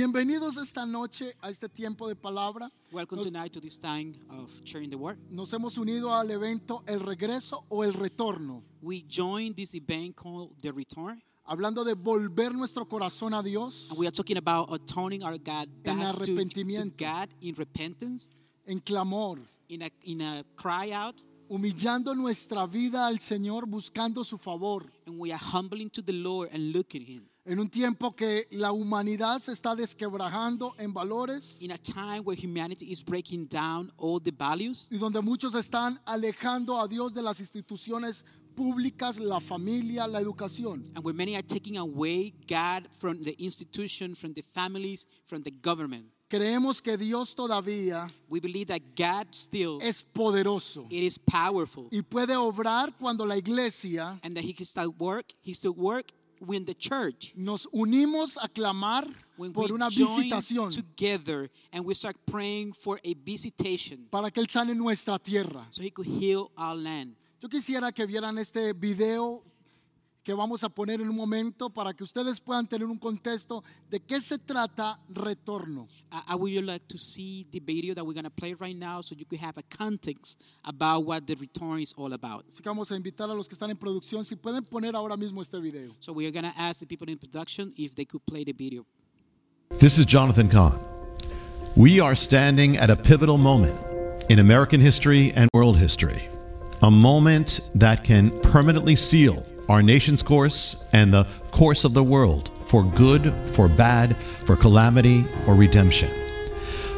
Bienvenidos esta noche a este tiempo de palabra. Welcome Nos- tonight to this time of sharing the word. Nos hemos unido al evento El Regreso o El Retorno, We join this event called The Return, hablando de volver nuestro corazón a Dios and we are talking about uh, turning our God back to, to arrepentimiento. God in repentance, en clamor, in a, in a cry out, humillando nuestra vida al Señor buscando su favor, and we are humbling to the Lord and looking Him. en un tiempo que la humanidad se está desquebrajando en valores In a time where humanity is breaking down all the values, y donde muchos están alejando a Dios de las instituciones públicas, la familia, la educación. and where many are taking away God from the institution, from the families, from the government, Creemos que Dios todavía we believe that God still es poderoso. it is powerful, y puede obrar cuando la iglesia and that He can still work. He still work when the church nos unimos a clamar when por we una join visitación together and we start praying for a visitation para que Él sane nuestra tierra. so he could heal our land. Yo quisiera que vieran este video que vamos a poner en un momento para que ustedes puedan tener un contexto de qué se trata retorno. I, I would like to see the video that we're going to play right now so you could have a context about what the return is all about. Así que vamos a invitar a los que están en producción si pueden poner ahora mismo este video. So we are going to ask the people in production if they could play the video. This is Jonathan Kahn. We are standing at a pivotal moment in American history and world history, a moment that can permanently seal our nation's course and the course of the world for good, for bad, for calamity, for redemption.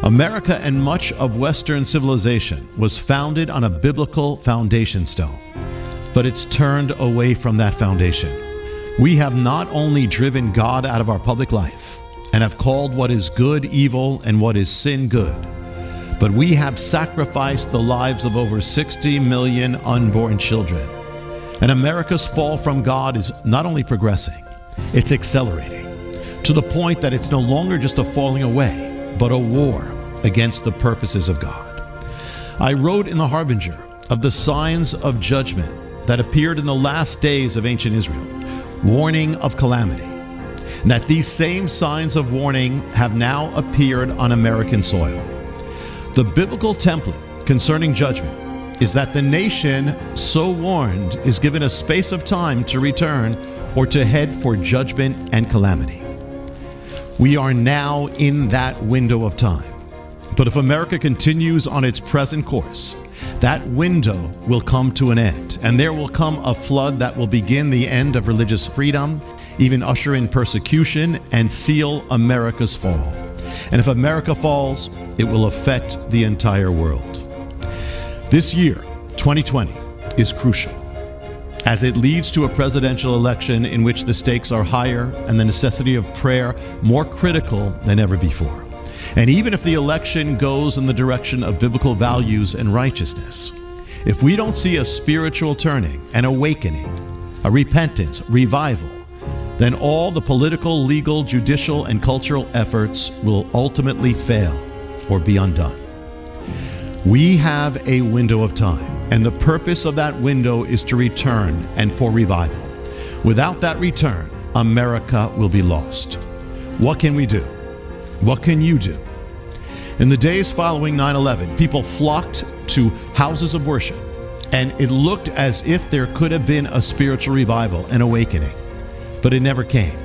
America and much of Western civilization was founded on a biblical foundation stone, but it's turned away from that foundation. We have not only driven God out of our public life and have called what is good evil and what is sin good, but we have sacrificed the lives of over 60 million unborn children. And America's fall from God is not only progressing, it's accelerating to the point that it's no longer just a falling away, but a war against the purposes of God. I wrote in the Harbinger of the signs of judgment that appeared in the last days of ancient Israel, warning of calamity, and that these same signs of warning have now appeared on American soil. The biblical template concerning judgment is that the nation, so warned, is given a space of time to return or to head for judgment and calamity. We are now in that window of time. But if America continues on its present course, that window will come to an end, and there will come a flood that will begin the end of religious freedom, even usher in persecution, and seal America's fall. And if America falls, it will affect the entire world. This year, 2020, is crucial as it leads to a presidential election in which the stakes are higher and the necessity of prayer more critical than ever before. And even if the election goes in the direction of biblical values and righteousness, if we don't see a spiritual turning, an awakening, a repentance, revival, then all the political, legal, judicial, and cultural efforts will ultimately fail or be undone. We have a window of time, and the purpose of that window is to return and for revival. Without that return, America will be lost. What can we do? What can you do? In the days following 9 11, people flocked to houses of worship, and it looked as if there could have been a spiritual revival, an awakening, but it never came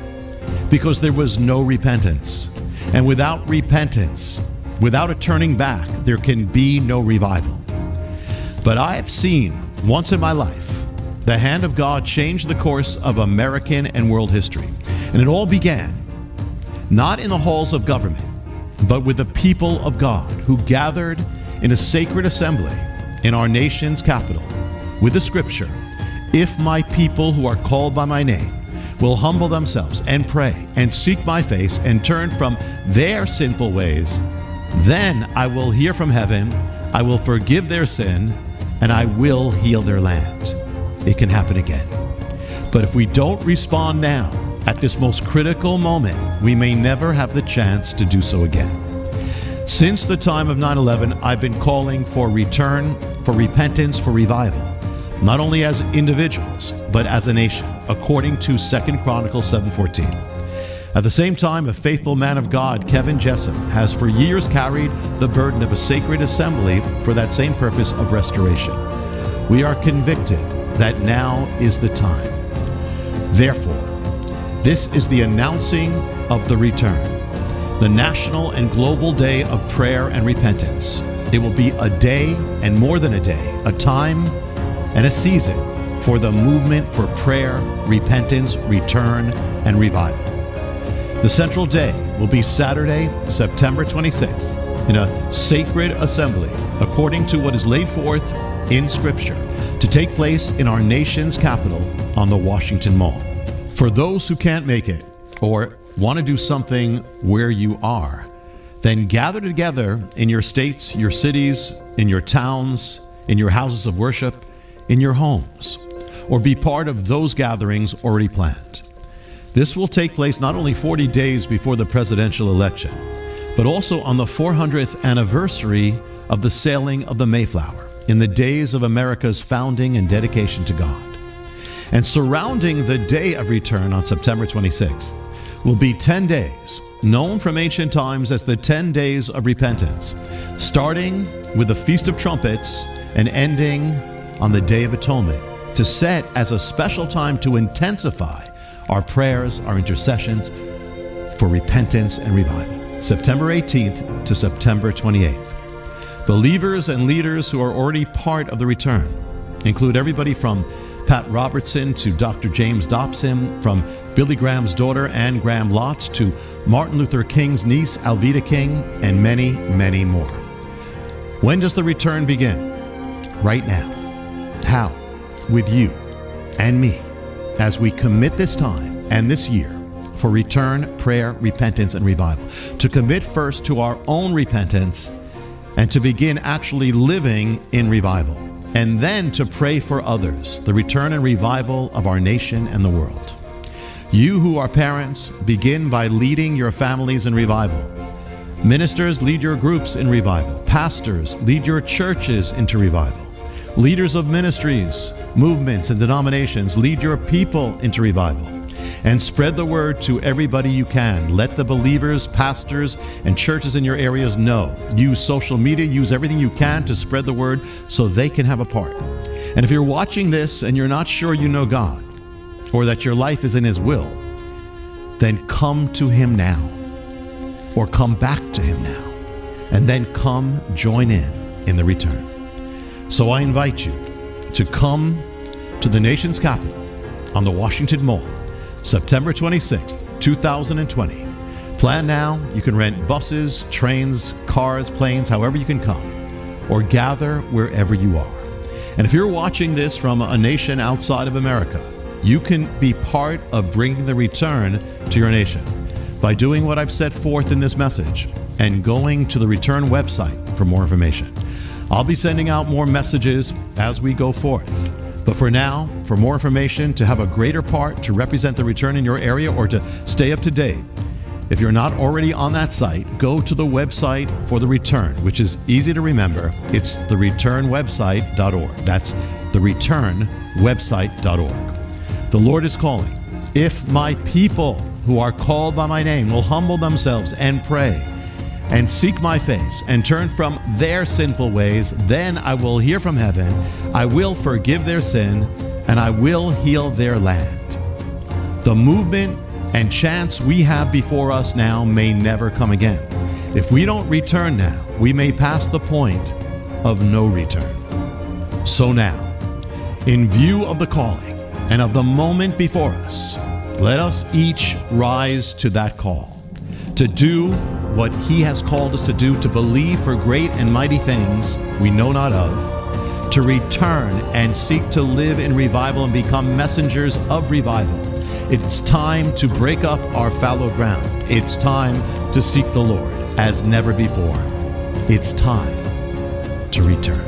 because there was no repentance. And without repentance, without a turning back, there can be no revival. But I have seen once in my life the hand of God change the course of American and world history. And it all began not in the halls of government, but with the people of God who gathered in a sacred assembly in our nation's capital with the scripture If my people who are called by my name will humble themselves and pray and seek my face and turn from their sinful ways, then I will hear from heaven, I will forgive their sin, and I will heal their land. It can happen again. But if we don't respond now, at this most critical moment, we may never have the chance to do so again. Since the time of 9 11, I've been calling for return, for repentance, for revival, not only as individuals, but as a nation, according to 2 Chronicles 7:14. At the same time, a faithful man of God, Kevin Jessup, has for years carried the burden of a sacred assembly for that same purpose of restoration. We are convicted that now is the time. Therefore, this is the announcing of the return, the national and global day of prayer and repentance. It will be a day and more than a day, a time and a season for the movement for prayer, repentance, return, and revival. The central day will be Saturday, September 26th, in a sacred assembly according to what is laid forth in Scripture to take place in our nation's capital on the Washington Mall. For those who can't make it or want to do something where you are, then gather together in your states, your cities, in your towns, in your houses of worship, in your homes, or be part of those gatherings already planned. This will take place not only 40 days before the presidential election, but also on the 400th anniversary of the sailing of the Mayflower in the days of America's founding and dedication to God. And surrounding the day of return on September 26th will be 10 days, known from ancient times as the 10 days of repentance, starting with the Feast of Trumpets and ending on the Day of Atonement, to set as a special time to intensify our prayers, our intercessions for repentance and revival. September 18th to September 28th. Believers and leaders who are already part of the return include everybody from Pat Robertson to Dr. James Dobson, from Billy Graham's daughter Ann Graham Lotz to Martin Luther King's niece Alveda King, and many, many more. When does the return begin? Right now. How? With you and me as we commit this time and this year for return, prayer, repentance, and revival. To commit first to our own repentance and to begin actually living in revival. And then to pray for others, the return and revival of our nation and the world. You who are parents, begin by leading your families in revival. Ministers, lead your groups in revival. Pastors, lead your churches into revival. Leaders of ministries, movements, and denominations, lead your people into revival. And spread the word to everybody you can. Let the believers, pastors, and churches in your areas know. Use social media, use everything you can to spread the word so they can have a part. And if you're watching this and you're not sure you know God or that your life is in His will, then come to Him now or come back to Him now. And then come join in in the return. So I invite you to come to the nation's capital on the Washington Mall, September 26th, 2020. Plan now. You can rent buses, trains, cars, planes, however you can come, or gather wherever you are. And if you're watching this from a nation outside of America, you can be part of bringing the return to your nation by doing what I've set forth in this message and going to the return website for more information. I'll be sending out more messages as we go forth. But for now, for more information, to have a greater part, to represent the return in your area, or to stay up to date, if you're not already on that site, go to the website for the return, which is easy to remember. It's thereturnwebsite.org. That's thereturnwebsite.org. The Lord is calling. If my people who are called by my name will humble themselves and pray, and seek my face and turn from their sinful ways, then I will hear from heaven, I will forgive their sin, and I will heal their land. The movement and chance we have before us now may never come again. If we don't return now, we may pass the point of no return. So now, in view of the calling and of the moment before us, let us each rise to that call to do what He has called us to do, to believe for great and mighty things we know not of, to return and seek to live in revival and become messengers of revival. It's time to break up our fallow ground. It's time to seek the Lord as never before. It's time to return.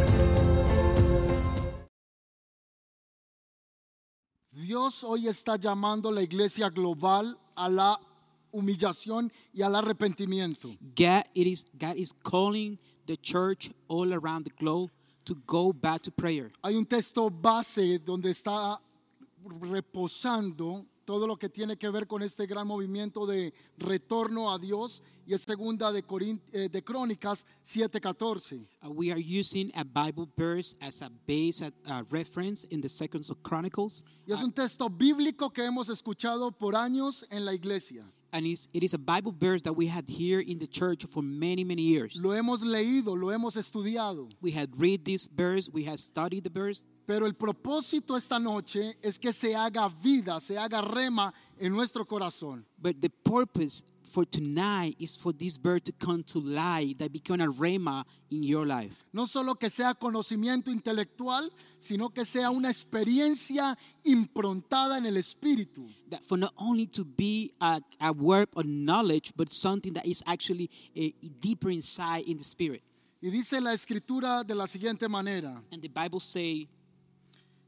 Dios hoy está llamando a la iglesia global a la humillación y al arrepentimiento. God, it is, God is calling the church all around the globe to go back to prayer. Hay un texto base donde está reposando todo lo que tiene que ver con este gran movimiento de retorno a Dios y es segunda de, Corin- eh, de Crónicas 7:14. Uh, we are using a Bible verse as a base a, a reference in the Second of Chronicles, Y es un texto bíblico que hemos escuchado por años en la iglesia. and it's, it is a Bible verse that we had here in the church for many many years. Lo hemos leído, lo hemos estudiado, We had read this verse, we had studied the verse, pero el propósito esta noche es que se haga vida, se haga rema en nuestro corazón. but the purpose for tonight is for this verse to come to life, that become a rhema in your life. No solo que sea conocimiento intelectual, sino que sea una experiencia improntada en el espíritu. that for not only to be a, a word of knowledge, but something that is actually eh, deeper inside in the spirit. Y dice la escritura de la siguiente manera, And the Bible say,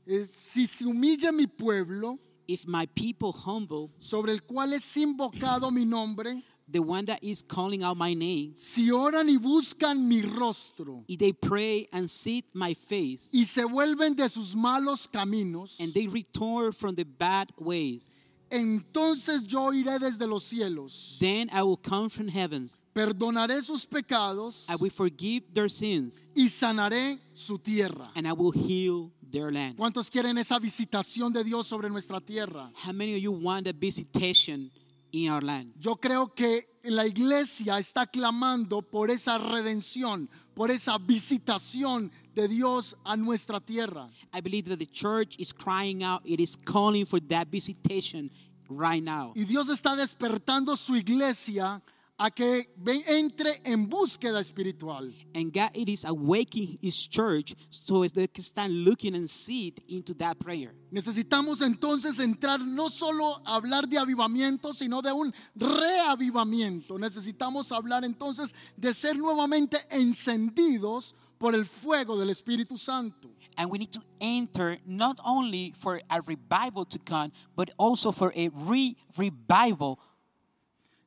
eh, si se humilla mi pueblo, if my people humble, sobre el cual es invocado mi nombre, the one that is calling out my name, si oran y buscan mi rostro if they pray and seek my face, y se vuelven de sus malos caminos, and they return from the bad ways, entonces yo iré desde los cielos, then I will come from heavens. perdonaré sus pecados I will forgive their sins, y sanaré su tierra. and I will heal their land. ¿Cuántos quieren esa visitación de Dios sobre nuestra tierra? How many of you want a visitation in our land? Yo creo que la iglesia está clamando por esa redención, por esa visitación de Dios a nuestra tierra. I believe that the church is crying out, it is calling for that visitation right now. Y Dios está despertando su iglesia a que ve- entre en búsqueda espiritual. And God, it is awakening His church so as they can stand looking and see it into that prayer. Necesitamos entonces entrar no solo a hablar de avivamiento, sino de un reavivamiento. Necesitamos hablar entonces de ser nuevamente encendidos por el fuego del Espíritu Santo. And we need to enter not only for a revival to come, but also for a re revival.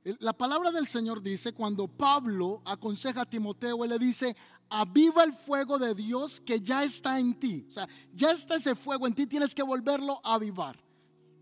El- La palabra del Señor dice, cuando Pablo aconseja a Timoteo, él le dice, aviva el fuego de Dios que ya está en ti. O sea, ya está ese fuego en ti, tienes que volverlo a avivar.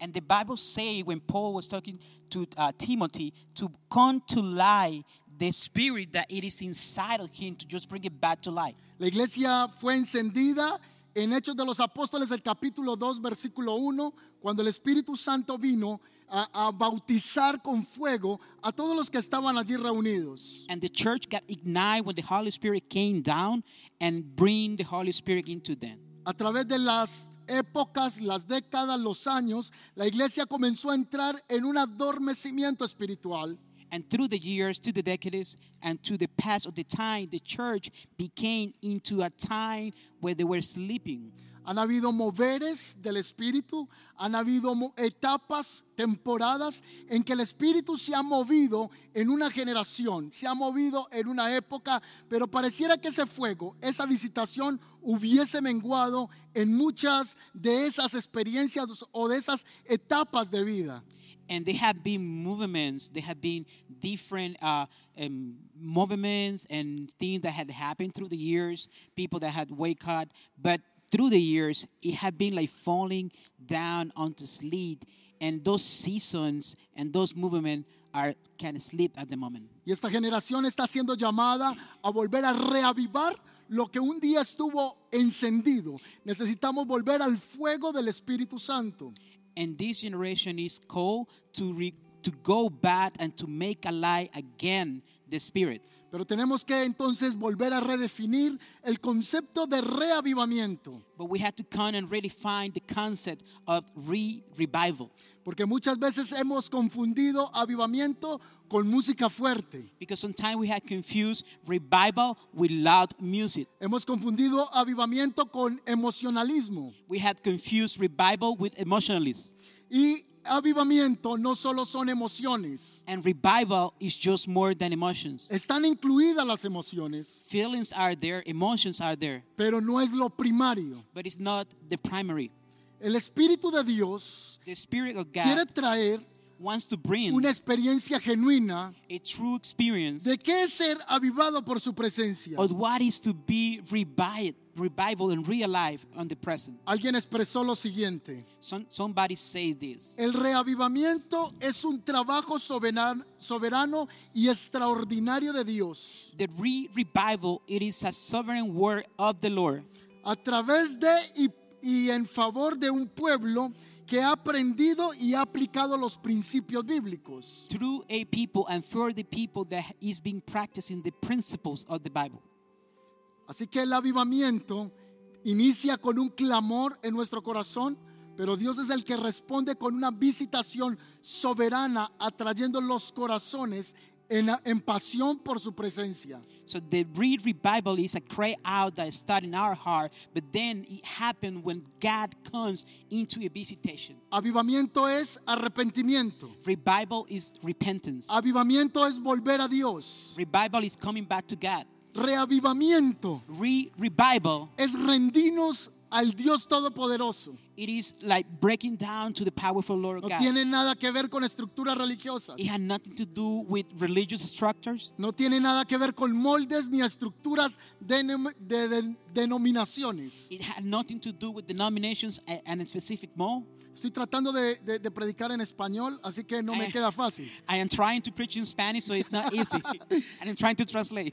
And the Bible say when Paul was talking to uh, Timothy to come to life the spirit that it is inside of him to just bring it back to life. La iglesia fue encendida en Hechos de los Apóstoles, el capítulo 2, versículo 1, cuando el Espíritu Santo vino a, a bautizar con fuego a todos los que estaban allí reunidos. and the church got ignited when the Holy Spirit came down and bring the Holy Spirit into them. A través de las épocas, las décadas, los años, la iglesia comenzó a entrar en un adormecimiento espiritual. And through the years, to the decades, and to the past of the time, the church became into a time where they were sleeping. Han habido moveres del Espíritu, han habido mo- etapas, temporadas en que el Espíritu se ha movido en una generación, se ha movido en una época, pero pareciera que ese fuego, esa visitación hubiese menguado en muchas de esas experiencias o de esas etapas de vida. And there have been movements, there have been different uh, um, movements and things that had happened through the years, people that had wake up, but through the years, it had been like falling down onto sleep. And those seasons and those movements are kind of sleep at the moment. Y esta generación está siendo llamada a volver a reavivar lo que un día estuvo encendido. Necesitamos volver al fuego del Espíritu Santo. And this generation is called to, re- to go back and to make alive again the spirit. Pero tenemos que entonces volver a redefinir el concepto de reavivamiento, But we had to come and really find the concept of re revival. porque muchas veces hemos confundido avivamiento con música fuerte. Because sometimes we had confused revival with loud music. Hemos confundido avivamiento con emocionalismo. We had confused revival with emotionalism. Y avivamiento no solo son emociones, And revival is just more than emotions. están incluidas las emociones, Feelings are there, emotions are there, pero no es lo primario. but it's not the primary. El Espíritu de Dios The Spirit of quiere God traer wants to bring una experiencia genuina a true experience de qué es ser avivado por su presencia. of what is to be revived, revival and real life on the present. Alguien expresó lo siguiente. Some, somebody says this. El reavivamiento es un trabajo soberan- soberano y extraordinario de Dios The re revival, it is a sovereign word of the Lord a través de y, y en favor de un pueblo que ha aprendido y ha aplicado los principios bíblicos. through a people and for the people that is being practicing the principles of the Bible. Así que el avivamiento inicia con un clamor en nuestro corazón, pero Dios es el que responde con una visitación soberana atrayendo los corazones en- en pasión por su presencia. So the re revival is a cry out that starts in our heart, but then it happens when God comes into a visitation. Avivamiento es arrepentimiento. Revival is repentance. Avivamiento es volver a Dios. Revival is coming back to God. Reavivamiento Re revival, es rendirnos al Dios Todopoderoso. it is like breaking down to the powerful Lord No God. tiene nada que ver con estructuras religiosas. It had nothing to do with religious structures. No tiene nada que ver con moldes ni estructuras de, nem- de- de- denominaciones. It had nothing to do with denominations a- and a specific mall. Estoy tratando de, de- de predicar en español, así que no me Eh. queda fácil. I am trying to preach in Spanish, so it's not easy. and I'm trying to translate.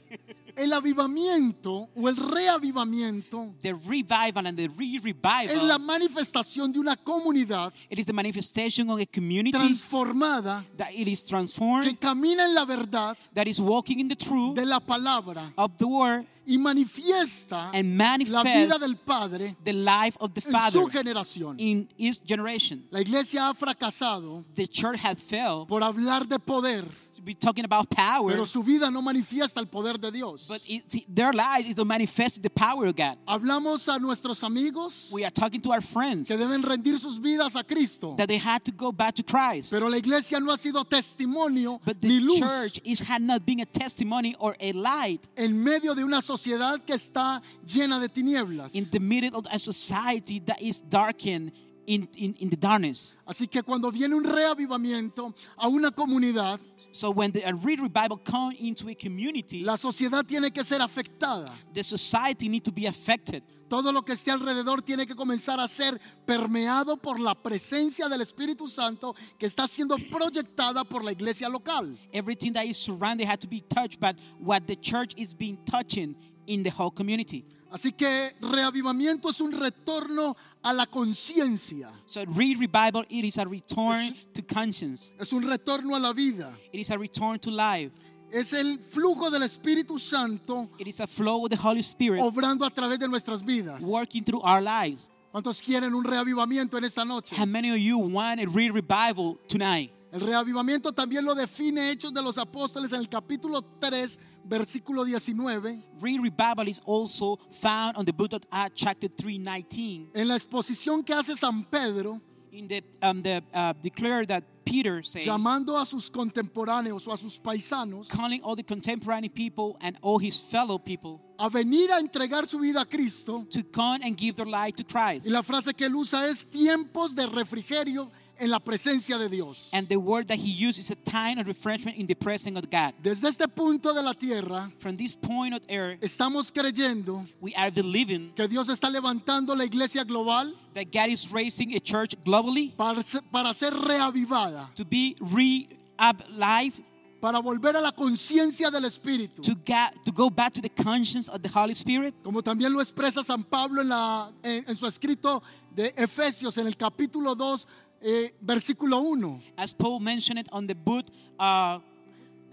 El avivamiento o el reavivamiento The revival and the es la re-revival, manifestación de una comunidad it is the manifestation of a community transformada that it is que transformed, camina en la verdad that is walking in the truth de la palabra of the word y manifiesta and la vida del manifest Padre the life of the en su Father generación. in his generation. La iglesia ha fracasado The church has failed. por hablar de poder, We're talking about power, pero su vida no manifiesta el poder de Dios. but it, see, their lives is to manifest the power of God. Hablamos a nuestros amigos We are talking to our friends que deben rendir sus vidas a Cristo, that they had to go back to Christ. pero la iglesia no ha sido testimonio But ni the luz church is had not been a testimony or a light en medio de una sociedad que está llena de tinieblas. in the middle of a society that is darkened in, in, in the darkness. Así que cuando viene un reavivamiento a una comunidad, So when the a real revival comes into a community, la sociedad tiene que ser afectada. the society need to be affected. Todo lo que esté alrededor tiene que comenzar a ser permeado por la presencia del Espíritu Santo que está siendo proyectada por la iglesia local. Everything that is surrounded had to be touched, but what the church is being touching in the whole community. Así que reavivamiento es un retorno a la conciencia, So read revival, it is a return to conscience. es un retorno a la vida, It is a return to life. es el flujo del Espíritu Santo It is a flow of the Holy Spirit obrando a través de nuestras vidas. working through our lives. ¿Cuántos quieren un reavivamiento en esta noche? How many of you want a real revival tonight? El reavivamiento también lo define Hechos de los Apóstoles en el capítulo 3, versículo 19. Real revival is also found on the book of Acts, chapter 3, 19. En la exposición que hace San Pedro, In the, um, the uh, declare that Peter said, llamando a sus contemporáneos o a sus paisanos calling all the contemporary people and all his fellow people a venir a entregar su vida a Cristo. to come and give their life to Christ. Y la frase que él usa es tiempos de refrigerio en la presencia de Dios. And the word that he used is a time of refreshment in the presence of God. Desde este punto de la tierra, From this point of error, estamos creyendo we are believing que Dios está levantando la iglesia global that God is raising a church globally para ser- para ser reavivada, to be re up life para volver a la conciencia del Espíritu. to ga- to go back to the conscience of the Holy Spirit, Como también lo expresa San Pablo en, la- en- en su escrito de Efesios, en el capítulo 2, eh, versículo 1. as Paul mentioned it on the book uh,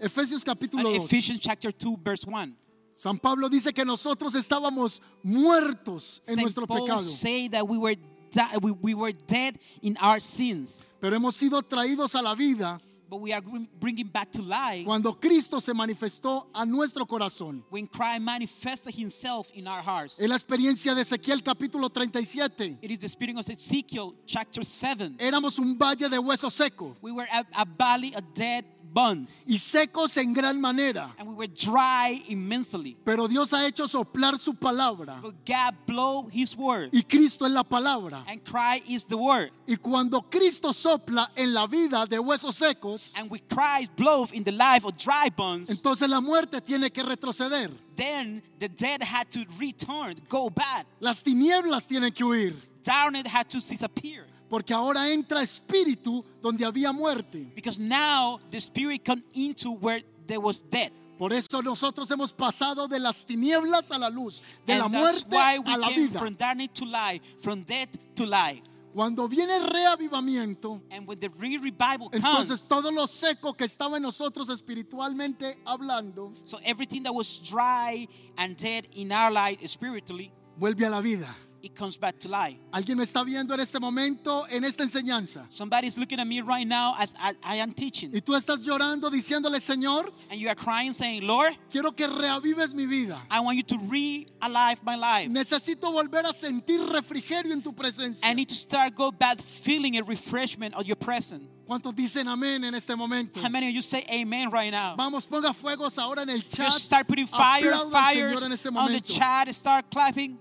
Efesios capítulo on 2. Ephesians chapter two verse one. San Pablo dice que nosotros estábamos muertos en Saint nuestro Paul pecado, say that we were di- we, we were dead in our sins, pero hemos sido traídos a la vida but we are bring- bringing back to life cuando Cristo se manifestó a nuestro corazón. when Christ manifested Himself in our hearts. Es la experiencia de Ezequiel capítulo 37. It is the spirit of Ezekiel chapter seven. eh, Éramos un valle de huesos secos, We were a, a valley of dead buns, y secos en gran manera. and we were dry immensely. Pero Dios ha hecho soplar su palabra. But God blow His word, Y Cristo es la palabra. and cry is the word. Y cuando Cristo sopla en la vida de huesos secos, And with Christ blow in the life of dry bones, entonces la muerte tiene que retroceder. then the dead had to return, go back. Las tinieblas tienen que huir. Darkness had to disappear. Porque ahora entra espíritu donde había muerte. Because now the spirit come into where there was death. Por eso nosotros hemos pasado de las tinieblas a la luz, de la and that's muerte why we a la came vida. from darkness to life, from death to life. Cuando viene el reavivamiento, And when the re revival entonces comes, todo lo seco que estaba en nosotros espiritualmente hablando, so everything that was dry and dead in our life spiritually, vuelve a la vida. it comes back to life. ¿Alguien me está viendo en este momento, en esta enseñanza? Somebody's looking at me right now as I, I am Y teaching, tú estás llorando diciéndole, Señor, and you are crying, saying, Lord, quiero que reavives mi vida. I want you to re-alive my life. Necesito volver a sentir refrigerio en tu presencia. I need to start go back feeling a refreshment of your presence. ¿Cuántos dicen amén en este momento? How many of you say amen right now? Vamos, ponga fuegos ahora en el chat. Just start putting fire, Aplauda al fires Señor en este on the momento. chat, start clapping.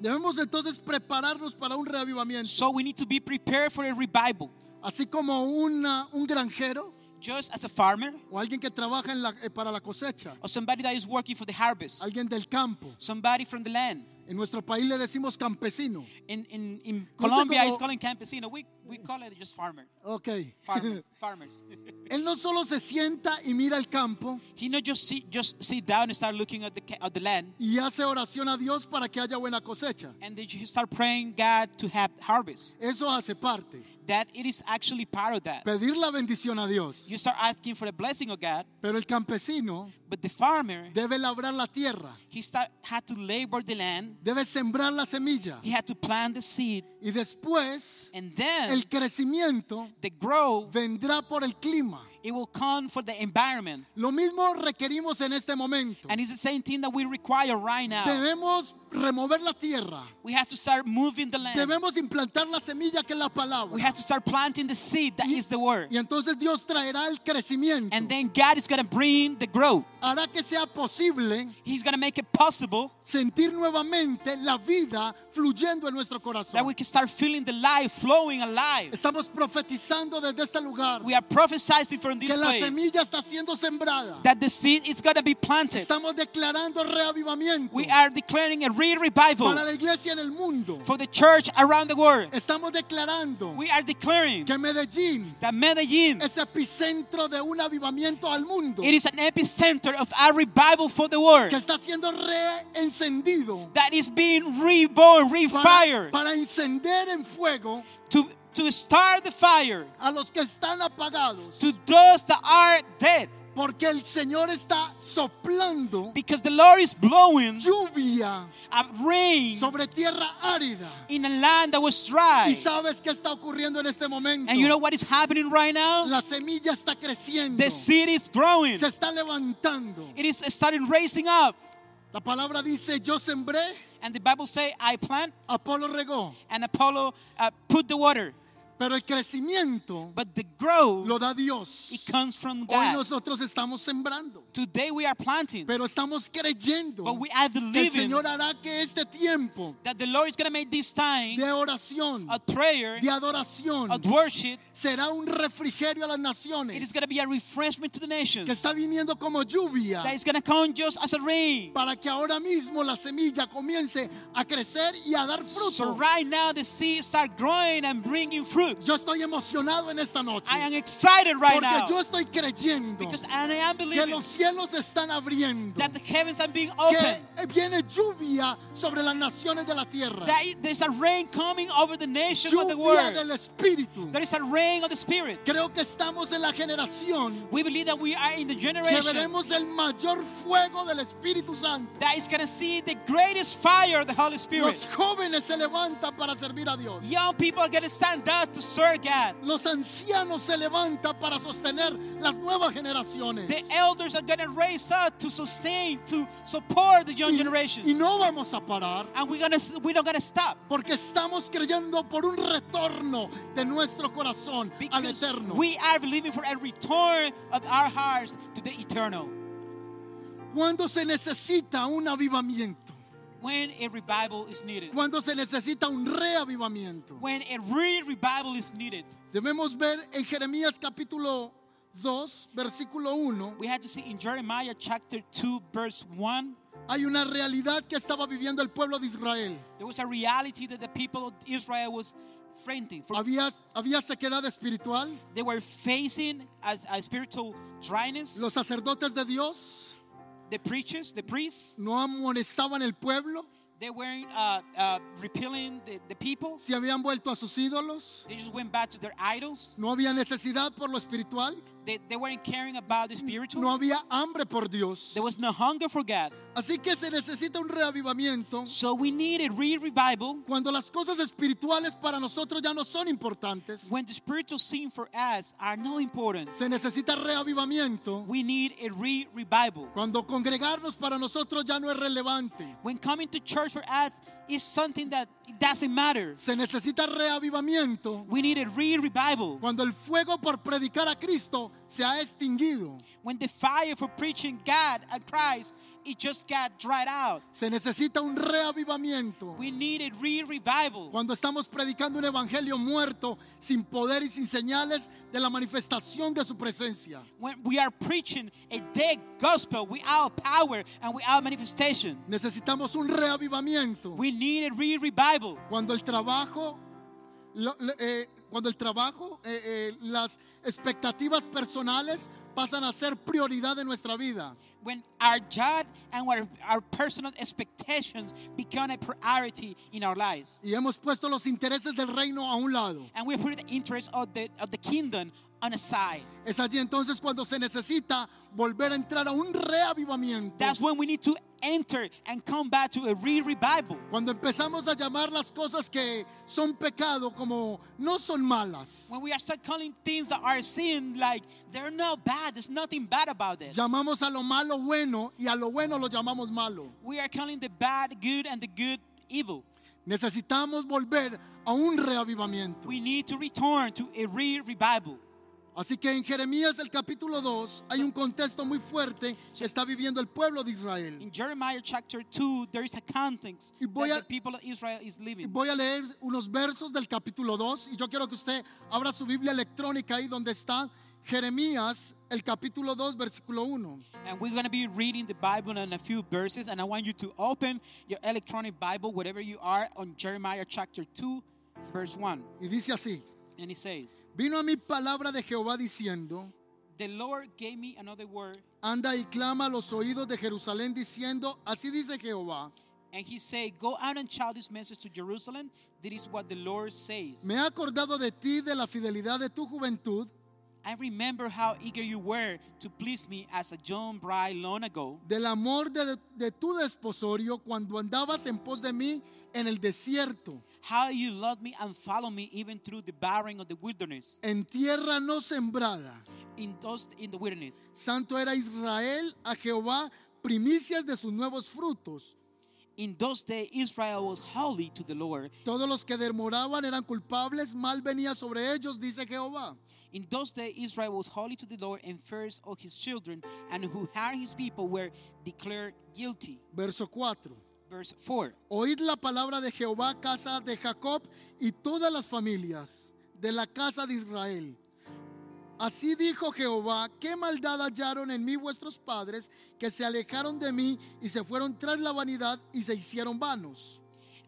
Debemos entonces prepararnos para un reavivamiento. So we need to be prepared for a revival. Así como una- un granjero Just as a farmer o alguien que trabaja en la- eh, para la cosecha, or somebody that is working for the harvest, alguien del campo. somebody from the land. En nuestro país le decimos campesino. In in, in No sé Colombia, cómo- it's calling campesino. We we call it just farmer, Ok. farmer, farmers. Él no solo se sienta y mira el campo he not just sit just sit down and start looking at the ca- at the land, y hace oración a Dios para que haya buena cosecha. and then he start praying God to have harvest. Eso hace parte. That it is actually part of that. Pedir la bendición a Dios. You start asking for the blessing of God, Pero el campesino but the farmer debe labrar la tierra, he start had to labor the land. debe sembrar la semilla He had to plant the seed, y después and then el crecimiento the grow vendrá por el clima. it will come for the environment. Lo mismo requerimos en este momento. And it's the same thing that we require right now. Debemos remover la tierra. We have to start moving the land. Debemos implantar la semilla que es la We palabra. have to start planting the seed that Y, is the word. y entonces Dios traerá el crecimiento. And then God is going to bring the growth. Hará que sea posible He's going to make it possible sentir nuevamente la vida fluyendo en nuestro that we corazón. can start feeling the life flowing alive. Estamos profetizando desde este lugar We are prophesying from this que la place semilla está siendo sembrada. that the seed is going to be planted. Estamos declarando reavivamiento We are declaring a real para revival la iglesia en el mundo. for the church around the world. Estamos declarando We are declaring que Medellín that Medellin es epicentro de un avivamiento al mundo it is an epicenter of our revival for the world. que está siendo reencendido that is being reborn, para, refired para encender en fuego to, to start the fire a los que están apagados to those that are dead porque el Señor está soplando because the Lord is blowing lluvia a rain sobre tierra árida in a land that was dry. y sabes qué está ocurriendo en este momento And you know what is happening right now? la semilla está creciendo The seed is growing. se está levantando It is starting raising up. la palabra dice yo sembré And the Bible say, I plant Apolo regó and Apollo uh, put the water. pero el crecimiento But the growth, lo da Dios it comes from Hoy God. nosotros estamos sembrando, Today we are planting, pero estamos creyendo but we are que el believing Señor hará que este tiempo that the Lord is going to make this time de oración, a prayer, de adoración, a worship, será un refrigerio a las It is naciones going to be a refreshment to the nation que está viniendo como lluvia that is going to come just as a rain. para que ahora mismo la semilla comience a crecer y a dar So fruto. right now the seeds start growing and bringing fruit. Yo estoy emocionado en esta noche I am excited right porque yo now estoy creyendo because I am que believing los cielos están abriendo, that the heavens are being opened. que viene lluvia sobre las naciones de la tierra. That i- there's a rain coming over the nation of the lluvia world. del Espíritu. There is a rain of the Spirit. Creo que estamos en la generación We believe that we are in the que generation veremos el mayor fuego del Espíritu Santo. that is going to see the greatest fire of the Holy Spirit. Los jóvenes se levantan para servir a Dios. Young people are going to stand up have to serve God. Los ancianos se levantan para sostener las nuevas generaciones. The elders are going to raise up to sustain, to support the young generations. Y no vamos a parar and we're gonna, we're not going to stop. porque estamos creyendo por un retorno de nuestro corazón al Because eterno. we are believing for a return of our hearts to the eternal. Cuando se necesita un avivamiento, When a revival is needed, cuando se necesita un reavivamiento. when a real revival is needed, Debemos ver en Jeremías capítulo 2, versículo 1, we had to see in Jeremiah chapter 2, verse 1, hay una realidad que estaba viviendo el pueblo de Israel. there was a reality that the people of Israel was fainting. For Había, había sequedad espiritual, they were facing as a spiritual dryness. los sacerdotes de Dios the preachers, the priests, no amonestaban el pueblo, they weren't uh, uh, repealing the, the people. se habían vuelto a sus ídolos, They just went back to their idols. no había necesidad por lo espiritual, They, they weren't caring about the spiritual. no había hambre por Dios. There was no hunger for God. Así que se necesita un reavivamiento So we need a real revival cuando las cosas espirituales para nosotros ya no son importantes. when the spiritual things for us are no important. Se necesita reavivamiento We need a real revival. Cuando congregarnos para nosotros ya no es relevante. When coming to church for us is something that it doesn't matter. Se necesita reavivamiento. We need a real revival. Cuando el fuego por predicar a Cristo se ha extinguido. When the fire for preaching God and Christ, it just got dried out. Se necesita un reavivamiento. We need a real revival. Cuando estamos predicando un evangelio muerto, sin poder y sin señales de la manifestación de su presencia. when we are preaching a dead gospel without power and without manifestation. Necesitamos un reavivamiento. We need a real revival Cuando el trabajo, lo- lo- eh, cuando el trabajo, eh, eh, las expectativas personales pasan a ser prioridad de nuestra vida. when our job and our, our personal expectations become a priority in our lives. y hemos puesto los intereses del reino a un lado. And we put the interests of the, of the kingdom on a side. Es allí entonces cuando se necesita volver a entrar a un reavivamiento. That's when we need to enter and come back to a real revival. Cuando empezamos a llamar las cosas que son pecado como no son malas. When we are start calling things that are sin like they're not bad, there's nothing bad about it. Llamamos a lo malo bueno y a lo bueno lo llamamos malo. We are calling the bad good and the good evil. Necesitamos volver a un reavivamiento. We need to return to a real revival. Así que en Jeremías el capítulo 2 hay un contexto muy fuerte que está viviendo el pueblo de Israel. In Jeremiah chapter 2, there is a context Y voy that a- the people of Israel is Y living. Voy a leer unos versos del capítulo 2 y yo quiero que usted abra su Biblia electrónica ahí donde está Jeremías, el capítulo 2, versículo 1. And we're going to be reading the Bible in a few verses. And I want you to open your electronic Bible, wherever you are, on Jeremiah chapter 2, verse 1. Y dice así, And it says, vino a mí palabra de Jehová diciendo, The Lord gave me another word, anda y clama a los oídos de Jerusalén diciendo, así dice Jehová, and he said, Go out and shout this message to Jerusalem. This is what the Lord says. me he acordado de ti, de la fidelidad de tu juventud, I remember how eager you were to please me as a young bride long ago. del amor de, de tu desposorio cuando andabas en pos de mí en el desierto, How you loved me and followed me even through the barren of the wilderness. en tierra no sembrada. in those in the wilderness. Santo era Israel a Jehová, primicias de sus nuevos frutos. In those days, Israel was holy to the Lord. Todos los que demoraban eran culpables, mal venía sobre ellos, dice Jehová. In those days, Israel was holy to the Lord, and first of his children, and who had his people were declared guilty. Verso 4. Verse 4. Oíd la palabra de Jehová, casa de Jacob, y todas las familias de la casa de Israel. Así dijo Jehová, qué maldad hallaron en mí vuestros padres, que se alejaron de mí y se fueron tras la vanidad y se hicieron vanos.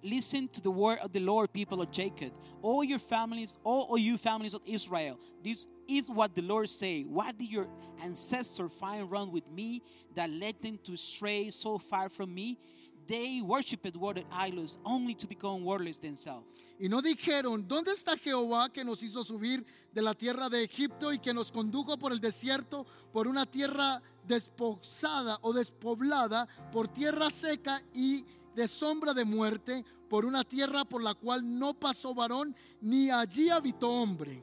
Listen to the word of the Lord, people of Jacob. All your families, all of you families of Israel, this is what the Lord say. What did your ancestors find wrong with me that led them to stray so far from me? They worshipped water idols only to become worthless themselves. Y no dijeron, ¿dónde está Jehová que nos hizo subir de la tierra de Egipto y que nos condujo por el desierto, por una tierra desposada o despoblada, por tierra seca y de sombra de muerte, por una tierra por la cual no pasó varón, ni allí habitó hombre.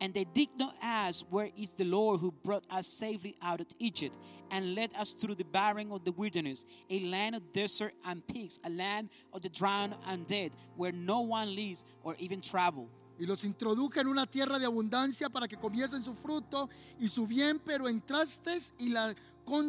And they did not ask, Where is the Lord who brought us safely out of Egypt and led us through the barren of the wilderness, a land of desert and pigs, a land of the drowned and dead, where no one lives or even travel? Y los introduje en una tierra de abundancia para que comiesen su fruto y su bien, pero entraste y la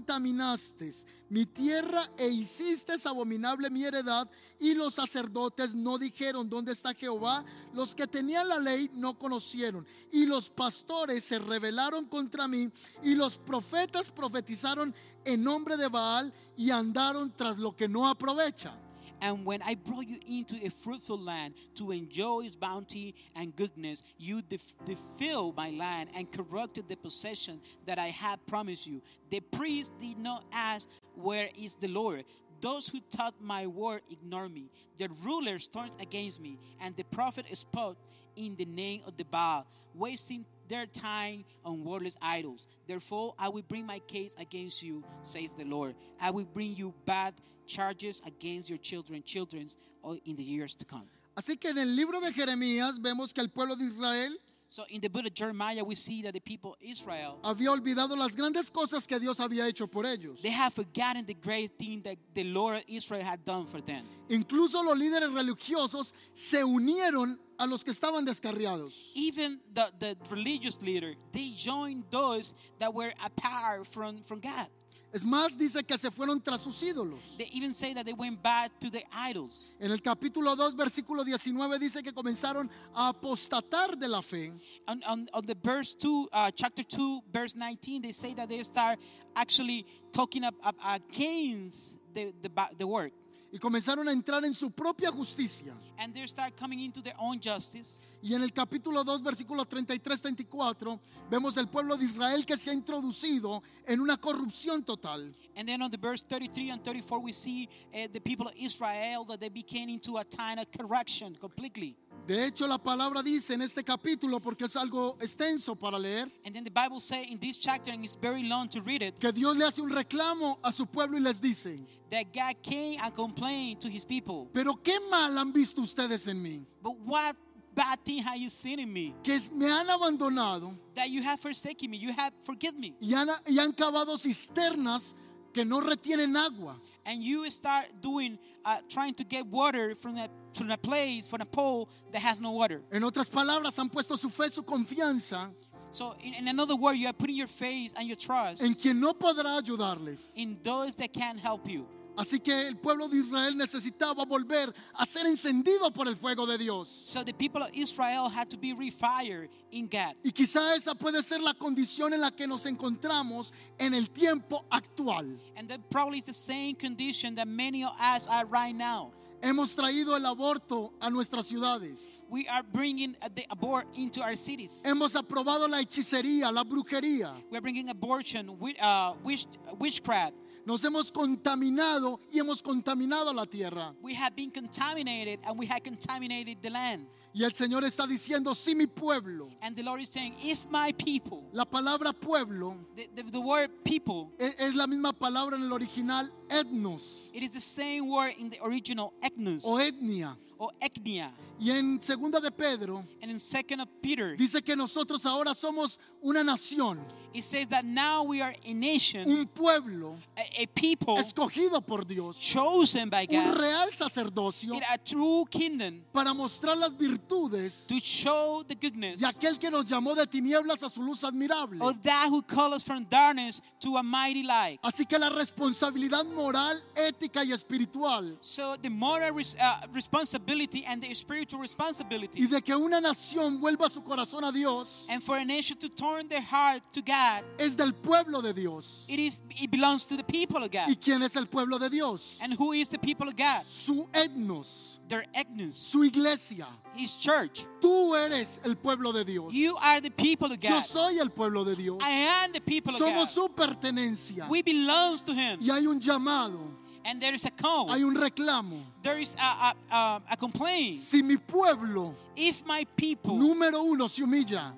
contaminaste, mi tierra, e hiciste abominable mi heredad. Y los sacerdotes no dijeron, ¿dónde está Jehová? Los que tenían la ley no conocieron. Y los pastores se rebelaron contra mí, y los profetas profetizaron en nombre de Baal y andaron tras lo que no aprovecha. And when I brought you into a fruitful land to enjoy its bounty and goodness, you def- defiled my land and corrupted the possession that I had promised you. The priests did not ask, Where is the Lord? Those who taught my word ignore me. The rulers turned against me, and the prophet spoke in the name of the Baal, wasting their time on worthless idols. Therefore, I will bring my case against you, says the Lord. I will bring you bad charges against your children, children's or in the years to come. Así que en el libro de Jeremías vemos que el pueblo de Israel So in the book of Jeremiah, we see that the people of Israel había olvidado las grandes cosas que Dios había hecho por ellos. they have forgotten the great thing that the Lord of Israel had done for them. Incluso los líderes religiosos se unieron a los que estaban descarriados. Even the, the religious leader, they joined those that were apart from, from God. Es más, dice que se fueron tras sus ídolos. They even say that they went back to the idols. En el capítulo 2, versículo 19 dice que comenzaron a apostatar de la fe on, on, on the verse 2 uh, chapter 2 verse 19 they say that they start actually talking up, up against the, the, ba- the word y comenzaron a entrar en su propia justicia. and they start coming into their own justice Y en el capítulo 2, versículos 33, 34, vemos el pueblo de Israel que se ha introducido en una corrupción total. and then on the verse 33 and 34 we see uh, the people of israel that they became into a time of correction completely De hecho, la palabra dice en este capítulo, porque es algo extenso para leer, and then the bible say in this chapter and it's very long to read it que Dios le hace un reclamo a su pueblo y les dice, that god came and complained to his people pero qué mal han visto ustedes en mí, but what bad thing have you seen in me que es- me han abandonado that you have forsaken me you have forgiven me y han, y han cavado cisternas que no retienen agua. and you start doing uh, trying to get water from a, from a place from a pole that has no water En otras palabras, han puesto su fe, su confianza so in, in another word you are putting your faith and your trust en quien no podrá ayudarles. in those that can help you Así que el pueblo de Israel necesitaba volver a ser encendido por el fuego de Dios. so the people of israel had to be refired in god Y quizá esa puede ser la condición en la que nos encontramos en el tiempo actual. and that probably is the same condition that many of us are right now Hemos traído el aborto a nuestras ciudades. we are bringing uh, the abort into our cities Hemos aprobado la hechicería, la brujería. we're bringing abortion wi- uh, wish, witchcraft Nos hemos contaminado y hemos contaminado la tierra. we have been contaminated and we have contaminated the land Y el Señor está diciendo, si mi pueblo, And the Lord is saying, if my people, la palabra pueblo the, the, the word people, e- es la misma palabra en el original etnos it is the same word in the original ethnos o etnia. or ethnia. Y en segunda de Pedro And in second of Peter, dice que nosotros ahora somos una nación, it says that now we are a nation, un pueblo a, a people escogido por Dios, chosen by un God, real sacerdocio in a true kingdom para mostrar las virtudes to show the goodness de aquel que nos llamó de tinieblas a su luz admirable. of that who called us from darkness to a mighty light. Así que la responsabilidad moral, ética y espiritual So the moral res- uh, responsibility and the spiritual y responsibility, de que una nación vuelva su corazón a Dios and for a nation to turn their heart to God, es del pueblo de Dios. it is it belongs to the people of God. ¿Y quién es el pueblo de Dios? And who is the people of God? Su etnos, Their ethnos, su iglesia. His church. Tú eres el pueblo de Dios. You are the people of Yo God. soy el pueblo de Dios. I am the people of Somos God. su pertenencia. We belongs to Him. Y hay un llamado, And there is a call. hay un reclamo. There is a, a, a, a complaint. Si mi pueblo If my people, número uno se humilla,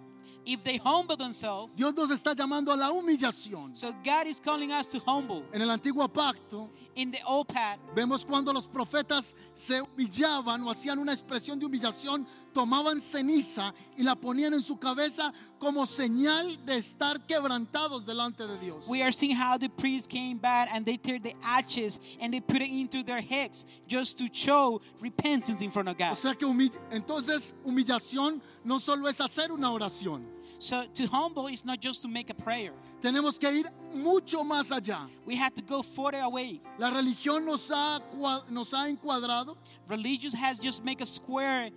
if they humble themselves. Dios nos está llamando a la humillación. So God is calling us to humble. En el antiguo pacto In the old path, vemos cuando los profetas se humillaban o hacían una expresión de humillación, tomaban ceniza y la ponían en su cabeza como señal de estar quebrantados delante de Dios. we are seeing how the priests came back and they tear the ashes and they put it into their heads just to show repentance in front of O God. sea que humi- entonces humillación no solo es hacer una oración, So to humble is not just to make a prayer. tenemos que ir mucho más allá. We have to go further away. La religión nos ha, cua- nos ha encuadrado, Religious has just make a square.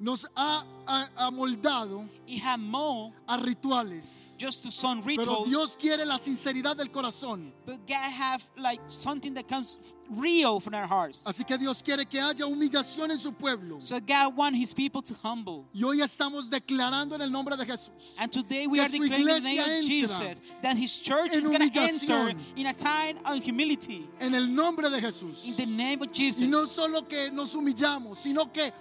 nos ha a- amoldado It had more a rituales. just to some Pero rituals. Dios quiere la sinceridad del corazón. But God have like something that comes real from our hearts. Así que Dios quiere que haya humillación en su pueblo. So God want His people to humble. Y hoy estamos declarando en el nombre de Jesús. And today we Que are su declaring in the name iglesia of entra Jesus that His church en is going to enter humillación. in a time of humility. En el nombre de Jesús. In the name of Y Jesus. no solo que nos humillamos, sino que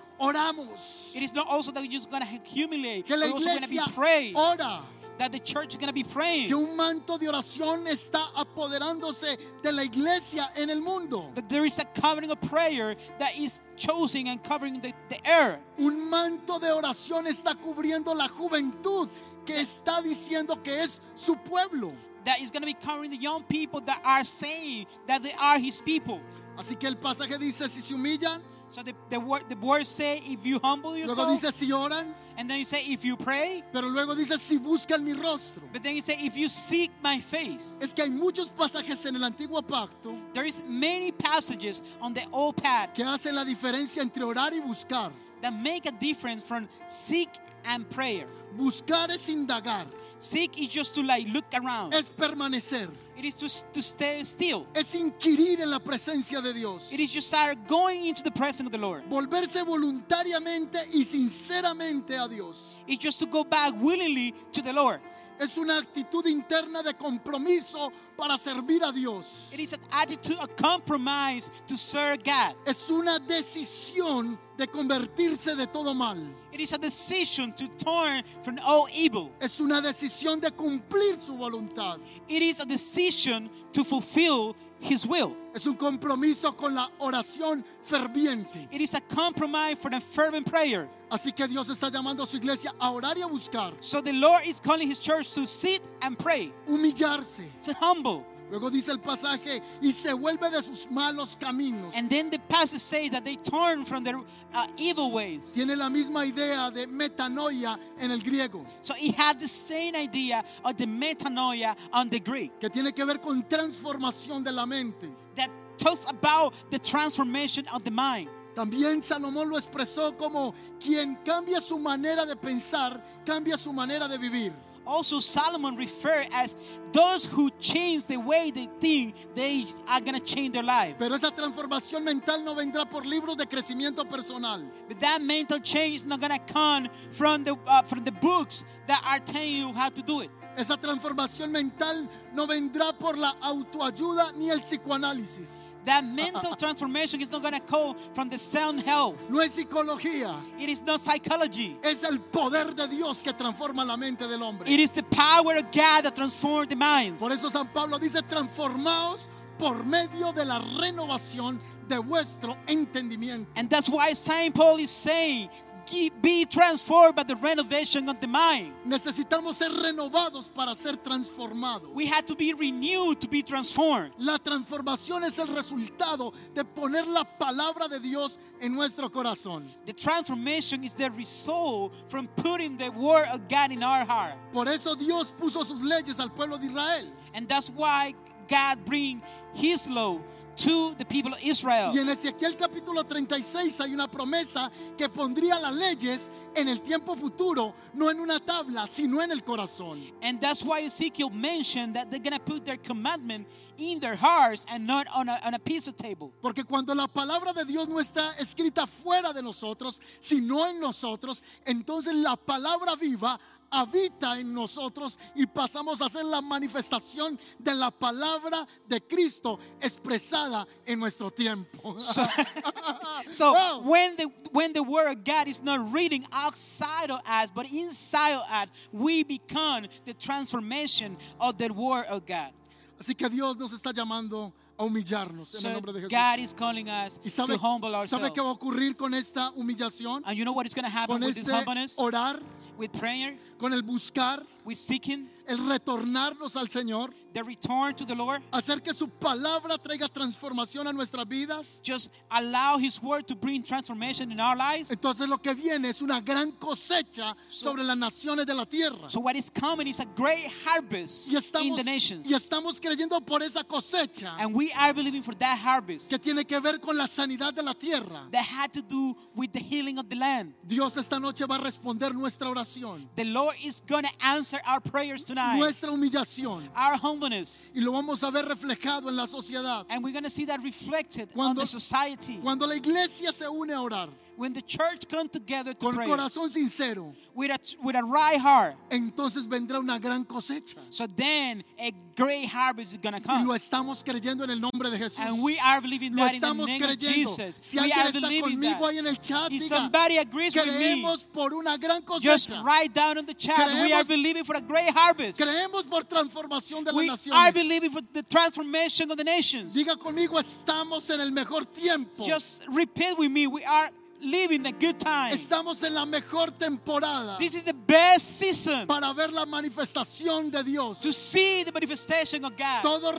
oramos. It is not also that you're just going to humiliate, Que but la also going to be iglesia praying. ora. That the church is going to be praying. Que un manto de oración está apoderándose de la iglesia en el mundo. that there is a covering of prayer that is choosing and covering the, the air. Un manto de oración está cubriendo la juventud que está diciendo que es su pueblo. That is going to be covering the young people that are saying that they are his people. Así que el pasaje dice, si se humillan, So the, the, word, the words say, if you humble luego yourself, dice, si oran, and then you say, if you pray, pero luego dice, si buscan mi rostro. but then you say, if you seek my face. Es que hay muchos pasajes en el antiguo pacto There is many passages on the old path que hacen la diferencia entre orar y buscar. that make a difference from seek and prayer. Buscar es indagar, Seek is just to like look around. es permanecer, It is to, to stay still. es inquirir en la presencia de Dios. It is just start going into the presence of the Lord. Volverse voluntariamente y sinceramente a Dios. It's just to go back willingly to the Lord. Es una actitud interna de compromiso para servir a Dios. It is an attitude, a compromise to serve God. Es una decisión de convertirse de todo mal. It is a decision to turn from all evil. Es una decisión de cumplir su voluntad. It is a decision to fulfill His will. Es un compromiso con la oración ferviente. It is a compromise for the fervent prayer. Así que Dios está llamando a su iglesia a orar y a buscar, So the Lord is calling His church to sit and pray, humillarse. to humble. Luego dice el pasaje, y se vuelve de sus malos caminos. And then the passage says that they turn from their uh, evil ways. Tiene la misma idea de metanoia en el griego, So it had the same idea of the metanoia on the Greek que tiene que ver con transformación de la mente. that talks about the transformation of the mind. También Salomón lo expresó como quien cambia su manera de pensar, cambia su manera de vivir. Also, Solomon referred as those who change the way they think, they are going to change their life. Pero esa transformación mental no vendrá por libros de crecimiento personal. But that mental change is not going to come from the, uh, from the books that are telling you how to do it. Esa transformación mental no vendrá por la autoayuda ni el psicoanálisis. That mental transformation is not going to come from the sound health. No es psicología, It is not psychology. es el poder de Dios que transforma la mente del It hombre. is the power of God that transforms the minds. Por eso San Pablo dice, transformaos por medio de la renovación de vuestro entendimiento. And that's why St. Paul is saying, "Ge- be transformed by the renovation of the mind. Necesitamos ser renovados para ser transformados. We had to be renewed to be transformed. La transformación es el resultado de poner la palabra de Dios en nuestro corazón. The transformation is the result from putting the word of God in our heart. Por eso Dios puso sus leyes al pueblo de Israel. And that's why God bring his law to the people of Israel. Y en Ezequiel capítulo 36 hay una promesa que pondría las leyes en el tiempo futuro, no en una tabla, sino en el corazón. And that's why Ezekiel mentioned that they're going to put their commandment in their hearts and not on a, on a piece of table. Porque cuando la palabra de Dios no está escrita fuera de nosotros, sino en nosotros, entonces la palabra viva habita en nosotros y pasamos a ser la manifestación de la palabra de Cristo expresada en nuestro tiempo. So, so Wow. when the when the word of God is not reading outside of us, but inside of us, we become the transformation of the word of God. Así que Dios nos está llamando a humillarnos en el So nombre de Jesús. God is calling us ¿Y sabe, to humble sabe ourselves. qué va a ocurrir con esta humillación? And you know what is going to happen Con with este this humbleness, orar, with prayer, con el buscar, with seeking, el retornarnos al Señor, the return to the Lord. hacer que su palabra traiga transformación a nuestras vidas. Just allow His word to bring transformation in our lives. Entonces lo que viene es una gran cosecha sobre las naciones de la tierra. So what is coming is a great harvest Y in the estamos, nations. y estamos creyendo por esa cosecha And we are believing for that harvest que tiene que ver con la sanidad de la tierra. that had to do with the healing of the land. Dios esta noche va a responder nuestra oración, The Lord is going to answer our prayers tonight, nuestra humillación. our humbleness. Y lo vamos a ver reflejado en la sociedad. And we're going to see that reflected on Cuando- the society. Cuando la iglesia se une a orar when the church come together to con pray corazón sincero, with, a, with a right heart, entonces vendrá una gran cosecha. so then a great harvest is going to Y come. lo estamos creyendo en el nombre de Jesús. Ah. And we are believing Lo that in the estamos name of creyendo. Jesus. Si we are alguien está believing conmigo ahí that. en el chat, If diga, somebody agrees with me, creemos por una gran just cosecha. write down on the chat. we are Creemos- believing for a great harvest. Creemos por transformación de las we are naciones. believing for the transformation of the nations. Diga conmigo, estamos en el mejor tiempo. Just repeat with me. We are living a good time. Estamos en la mejor temporada This is the best season para ver la manifestación de Dios. to see the manifestation of God. Todo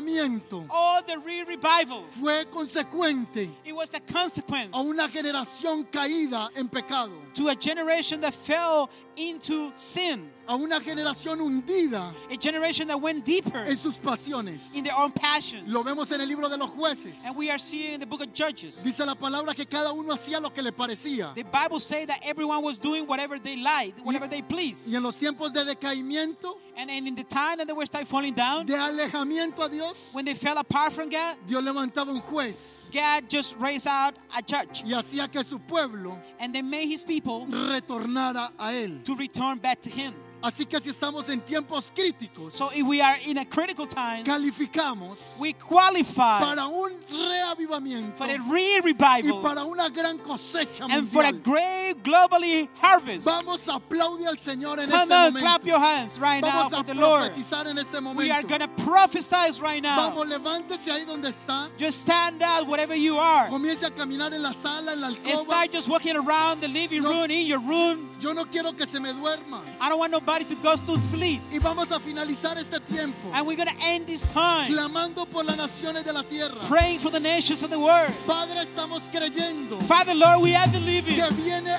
reavivamiento All the re revival. fue consecuente It was a consequence a una generación caída en pecado, to a generation that fell into sin, a una generación hundida a generation that went deeper en sus pasiones. in their own passions. Lo vemos en el libro de los jueces. And we are seeing in the book of Judges. Dice la palabra que cada uno hacía lo que le parecía. The Bible says that everyone was doing whatever they liked, whatever Y they pleased. en los tiempos de decaimiento, And, and in the time that they were starting falling down, de alejamiento a Dios, when they fell apart from God, Dios levantaba un juez God just raised out a judge. y hacía que su pueblo And they made his people retornara a él. to return back to him. Así que si estamos en tiempos críticos, So if we are in a critical time, calificamos we qualify para un reavivamiento for a real y revival para una gran cosecha and for a uh, mundial. great globally harvest. Vamos a aplaudir al Señor en Come este on, clap momento. your hands right now Vamos for a the Lord. profetizar en este We are momento. going to prophesize right now. Vamos, levántese ahí donde está. Just stand out wherever you are. Comience a caminar en la sala, en la And alcoba. start just walking around the living No. room, in your room. Yo no quiero que se me duerma. I don't want nobody to go to sleep. Y vamos a finalizar este tiempo And we're going to end this time clamando por las naciones de la tierra. praying for the nations of the world. Padre, estamos creyendo Father, Lord, we are believing que viene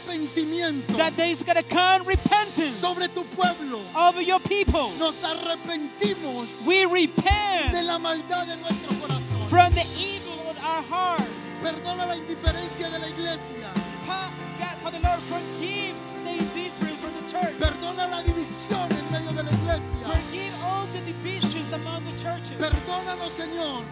arrepentimiento that there is going to come repentance sobre tu pueblo. over your people. Nos arrepentimos de We repent la maldad de nuestro corazón. from the evil of our heart. Perdona la indiferencia de la iglesia. Pa- God, Father, Lord, forgive the indifferent from the church. Perdona la división en medio de la iglesia. Forgive all the divisions among the churches. Perdónanos, Señor,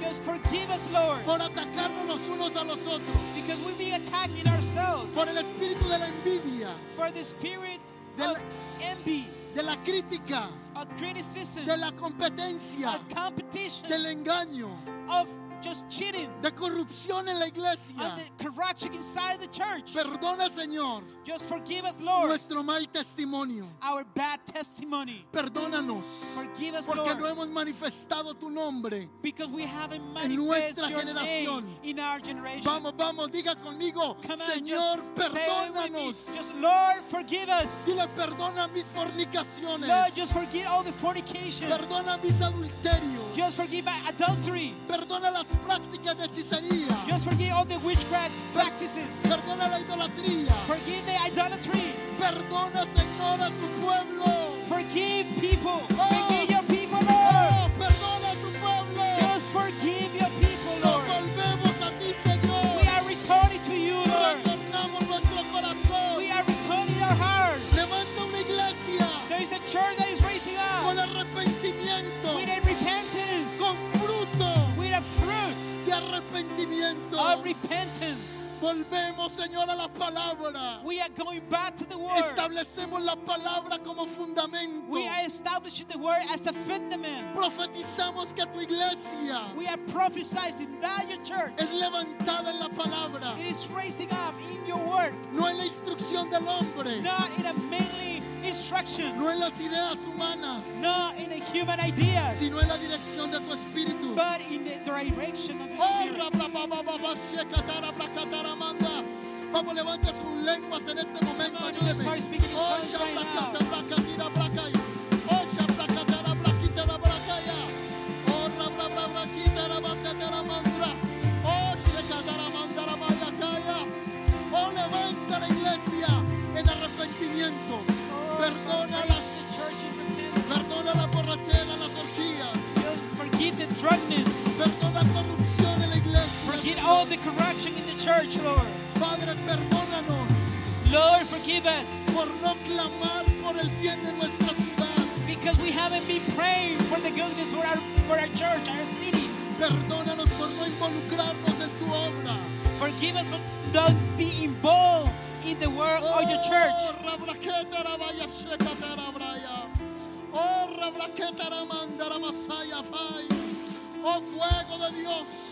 Just forgive us, Lord, por atacarnos los unos a los otros. because we be attacking ourselves Por el espíritu de la envidia, for the spirit Del- of envy, de la crítica, of criticism, de la competencia, of competition, del engaño, of just cheating, de corrupción en la iglesia. of the corruption inside the church. Perdona, Señor, Just forgive us, Lord, nuestro mal testimonio. our bad testimony. Perdónanos. Forgive us, Porque no Lord, hemos manifestado tu nombre. because we haven't en nuestra manifested your name generación. in our generation. Vamos, vamos, diga conmigo, Come on, Señor, just say it with me. perdónanos. Just Lord, forgive us. Dile, perdona mis fornicaciones. Lord, just forgive all the fornication. Perdona mis adulterios. Just forgive my adultery. Perdona las prácticas de hechicería. Just forgive all the witchcraft practices. Perdona la idolatría. Forgive the idolatry. Perdona, Señor, a tu pueblo. Forgive people. Oh. Forgive your people, Oh, Lord. perdona a tu pueblo. Just forgive your people, Nos Lord. volvemos a ti, We Señor. are returning to you, Lord. Retornamos nuestro corazón. We are returning our hearts. Levanta una iglesia There is a church that is raising con up arrepentimiento. with a repentance, Con fruto with a fruit de arrepentimiento. of repentance. Volvemos, Señor, a la palabra. We are going back to the Word. Establecemos la palabra como fundamento. We are establishing the Word as a fundament. Profetizamos que tu iglesia We are prophesying that your church es levantada en la palabra, it is raising up in your Word, no en la instrucción del hombre, not in a mainly instruction, no en las ideas humanas, not in a human idea, sino en la dirección de tu espíritu. but in the direction of the Oh, Spirit. ra, bla, ba, ba, ba, ba, she, catara, bla, catara, manda. Vamos, levanta sus lenguas en este momento. Come on, ayúdeme. start speaking in Oh, tongues sha, right bla, now. cata, bla, catira, bla, caya. Oh, sha, bla, catara, bla, quitara, bla, caya. Oh, ra, bla, bla, bla, quitara, bla, catara, mandra. Oh, she, catara, mandara, bala, caya. Oh, levanta la iglesia en arrepentimiento. Oh, Perdona raise las, the church in repentance. perdona la borrachera, las orgías. Forget the drunkenness. Perdona la corrupción en la iglesia. Forget all the corruption in the church, Lord. Padre, perdónanos Lord, forgive us por no clamar por el bien de nuestra ciudad. because we haven't been praying for the goodness for our, for our church, our city. Perdónanos por no involucrarnos en tu obra. Forgive us, but don't be involved in the work of your church. Oh, rabraquetara, vaya, shekatara, braya. Oh, rabraquetara, mandara, masaya, fai. Oh, fuego de Dios.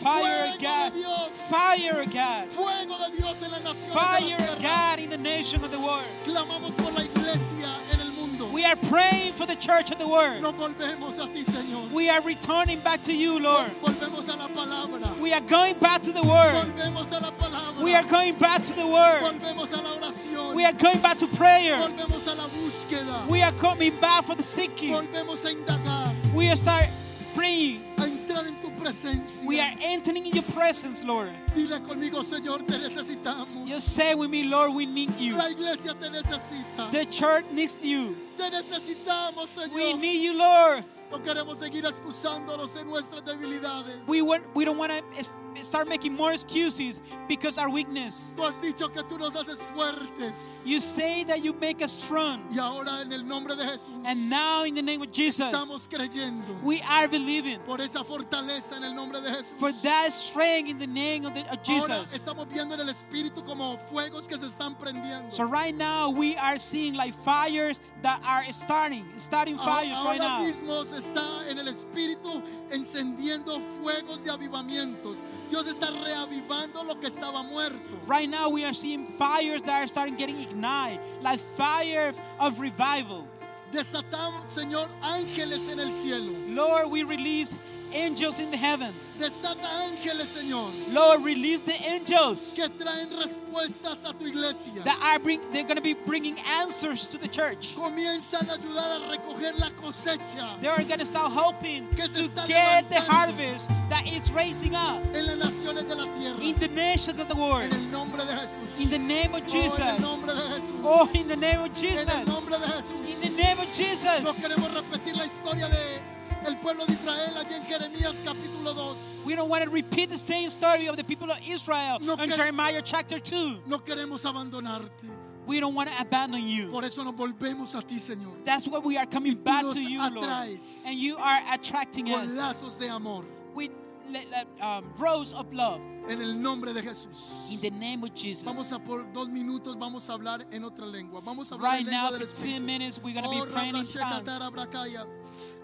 Fire, fuego God. de Dios. Fire, God. Fuego de Dios en la nación. Fire, de la tierra. God, in the nation of the world. Clamamos por la iglesia en el mundo. We are praying for the church of the world. Nos volvemos a ti, Señor. We are returning back to you, Lord. Volvemos a la palabra. We are going back to the word. Volvemos a la palabra. We are going back to the word. Volvemos a la oración. We are going back to prayer. Volvemos a la búsqueda. We are coming back for the seeking. Volvemos a indagar, We are start praying. a entrar en tu presencia. We are entering in your presence, Lord. Dile conmigo, Señor, te necesitamos. You say with me, Lord, we need you. La iglesia te necesita. The church needs you. Te necesitamos, Señor. We need you, Lord. no queremos seguir excusándonos en nuestras debilidades. We want, we don't want to start making more excuses because our weakness. Tú has dicho que tú nos haces fuertes. You say that you make us strong. Y ahora en el nombre de Jesús And now in the name of Jesus, estamos creyendo we are believing por esa fortaleza en el nombre de Jesús. for that strength in the name of, the, of Ahora Jesus. estamos viendo en el espíritu como fuegos que se están prendiendo. So right now we are seeing like fires that are starting, starting fires Ahora right now. mismo se está en el espíritu encendiendo fuegos de avivamientos. Dios está reavivando lo que estaba muerto. Right now we are seeing fires that are starting getting ignited, like fire of revival. Desatamos, Señor, ángeles en el cielo. Lord, we release angels in the heavens. Desata ángeles, Señor, Lord, release the angels que traen respuestas a tu iglesia. that are bring. They're gonna be bringing answers to the church. Comienzan a ayudar a recoger la cosecha They are gonna start helping Que se to está get the levantando. harvest that is raising up en las naciones de la tierra. in the nations of the En world. el nombre de Jesús. In the name of Oh, en el Jesus. nombre de Jesús. Oh, in the name of Jesus. en el nombre de Jesús. In the name of No Jesus. queremos repetir la historia de el pueblo de Israel allí en Jeremías capítulo 2. We don't want to repeat the same story of the people of Israel No in que- Jeremiah chapter 2. No queremos abandonarte. We don't want to abandon you. Por eso nos volvemos a ti, Señor. That's why we are coming tú back nos to you, Lord. atraes. And you are attracting Con us lazos de amor. with le- le- um, rose of love En el nombre de Jesús. in the name of Jesus. Vamos a por dos minutos, vamos a hablar en otra lengua. Vamos a hablar Right en lengua now, del for 10 Espíritu. minutes, we're going to Oh, be praying in rabashekatara tongues. brakaya.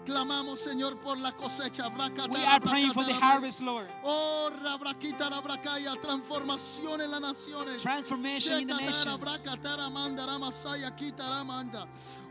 Clamamos, Señor, por la cosecha. Brakatara We are praying for the brakatara. harvest, Lord. Oh, rabraquitara bracaya, transformación en las naciones. Transformation in the Shekatara, nations. bracatara, manda, ramasaya, quitara, manda.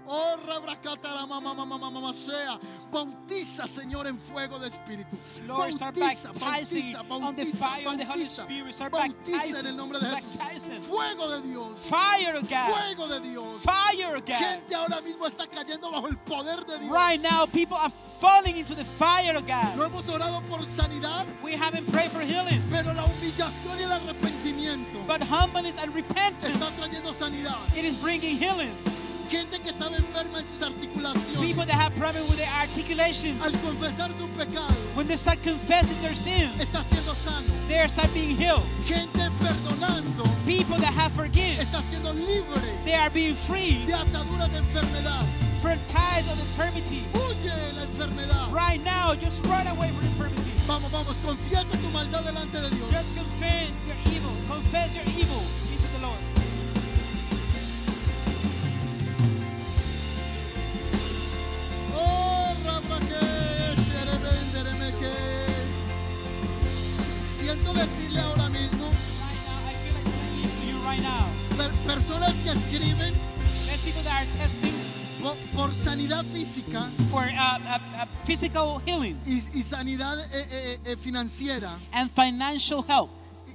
Oh, rabracatara, mama, mama, mama, mama, sea. Bautiza, Señor, en fuego de espíritu. Lord, start bautiza, baptizing bautiza, on the bautiza, fire of the Holy bautiza. Spirit. Start Bautiza en baptizing, el nombre de Jesús. baptizing. Fuego de Dios. Fire again. Fuego de Dios. Fire again. Gente ahora mismo está cayendo bajo el poder de Dios. Right now, people are falling into the fire No again. hemos orado por sanidad, We haven't prayed for healing, pero la humillación y el arrepentimiento. but humbleness and está repentance. trayendo sanidad. It is bringing healing. Gente que estaba enferma en sus articulaciones. People that have problems with their articulations, Al confesar su pecado, when they start confessing their sins, está siendo sano. they start being healed. Gente perdonando, People that have forgiven, está siendo libre they are being free de ataduras de enfermedad. from ties of infirmity. Huye de la enfermedad. Right now, just run away from infirmity. Vamos, vamos, confiesa tu maldad delante de Dios. Just confess your evil. Confess your evil into the Lord. Oh, Rafa, que serebende, que Siento decirle ahora mismo, Right now, I feel like saying to you right now. per- personas que escriben There's people that are testing po- por, sanidad física for uh, uh, uh, physical healing y, y sanidad eh, eh, eh, financiera. and financial help.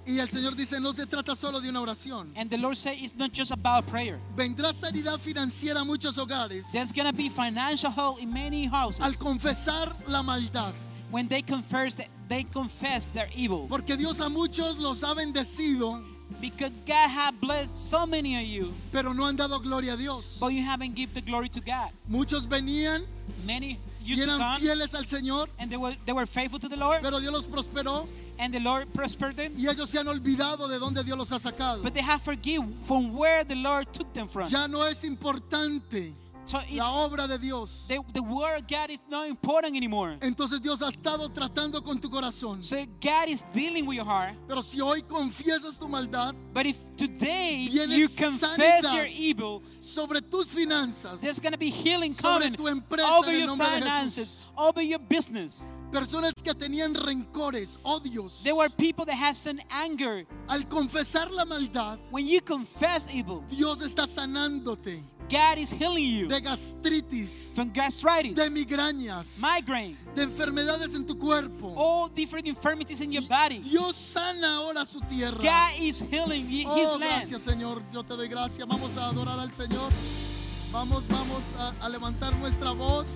Y el Señor dice, no se trata solo de una oración. And the Lord said it's not just about prayer. Vendrá sanidad financiera a muchos hogares There's gonna be financial help in many al houses confesar la maldad. when they confess that they confess their evil. Porque Dios a muchos los ha bendecido, Because God has blessed so many of you, pero no han dado gloria a Dios. but you haven't give the glory to God. Muchos venían Many y used to eran come fieles al Señor, and they were they were faithful to the Lord, pero Dios los prosperó and the Lord prospered them. y ellos se han olvidado de dónde Dios los ha sacado. But they have forgive from where the Lord took them from. Ya no es importante So it's, la obra de Dios. the, the word of God is not important anymore. Entonces Dios ha estado tratando con tu corazón. So God is dealing with your heart. Pero si hoy confiesas tu maldad But if today Viene you confess sanidad. your evil, sobre tus finanzas, there's going to be healing Sobre coming tu empresa over en el your nombre de Jesús. finances, over your business. personas que tenían rencores, odios, There were people that had some anger. al confesar la maldad, When you confess evil, Dios está sanándote God is healing you de gastritis, from gastritis, de migrañas, migraine, de enfermedades en tu cuerpo. all different infirmities in your body. Dios sana ahora su tierra. God is healing y- his Oh, land. gracias Señor, yo te doy gracias. Vamos a adorar al Señor. Vamos, vamos a, a levantar nuestra voz.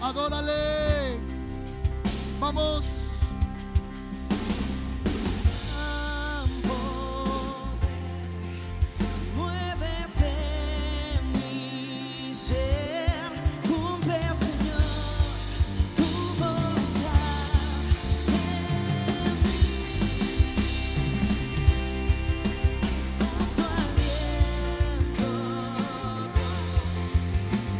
Adórale. Vamos. Muévete en mi ser, cumple Señor tu voluntad en mí. Da tu aliento, Dios.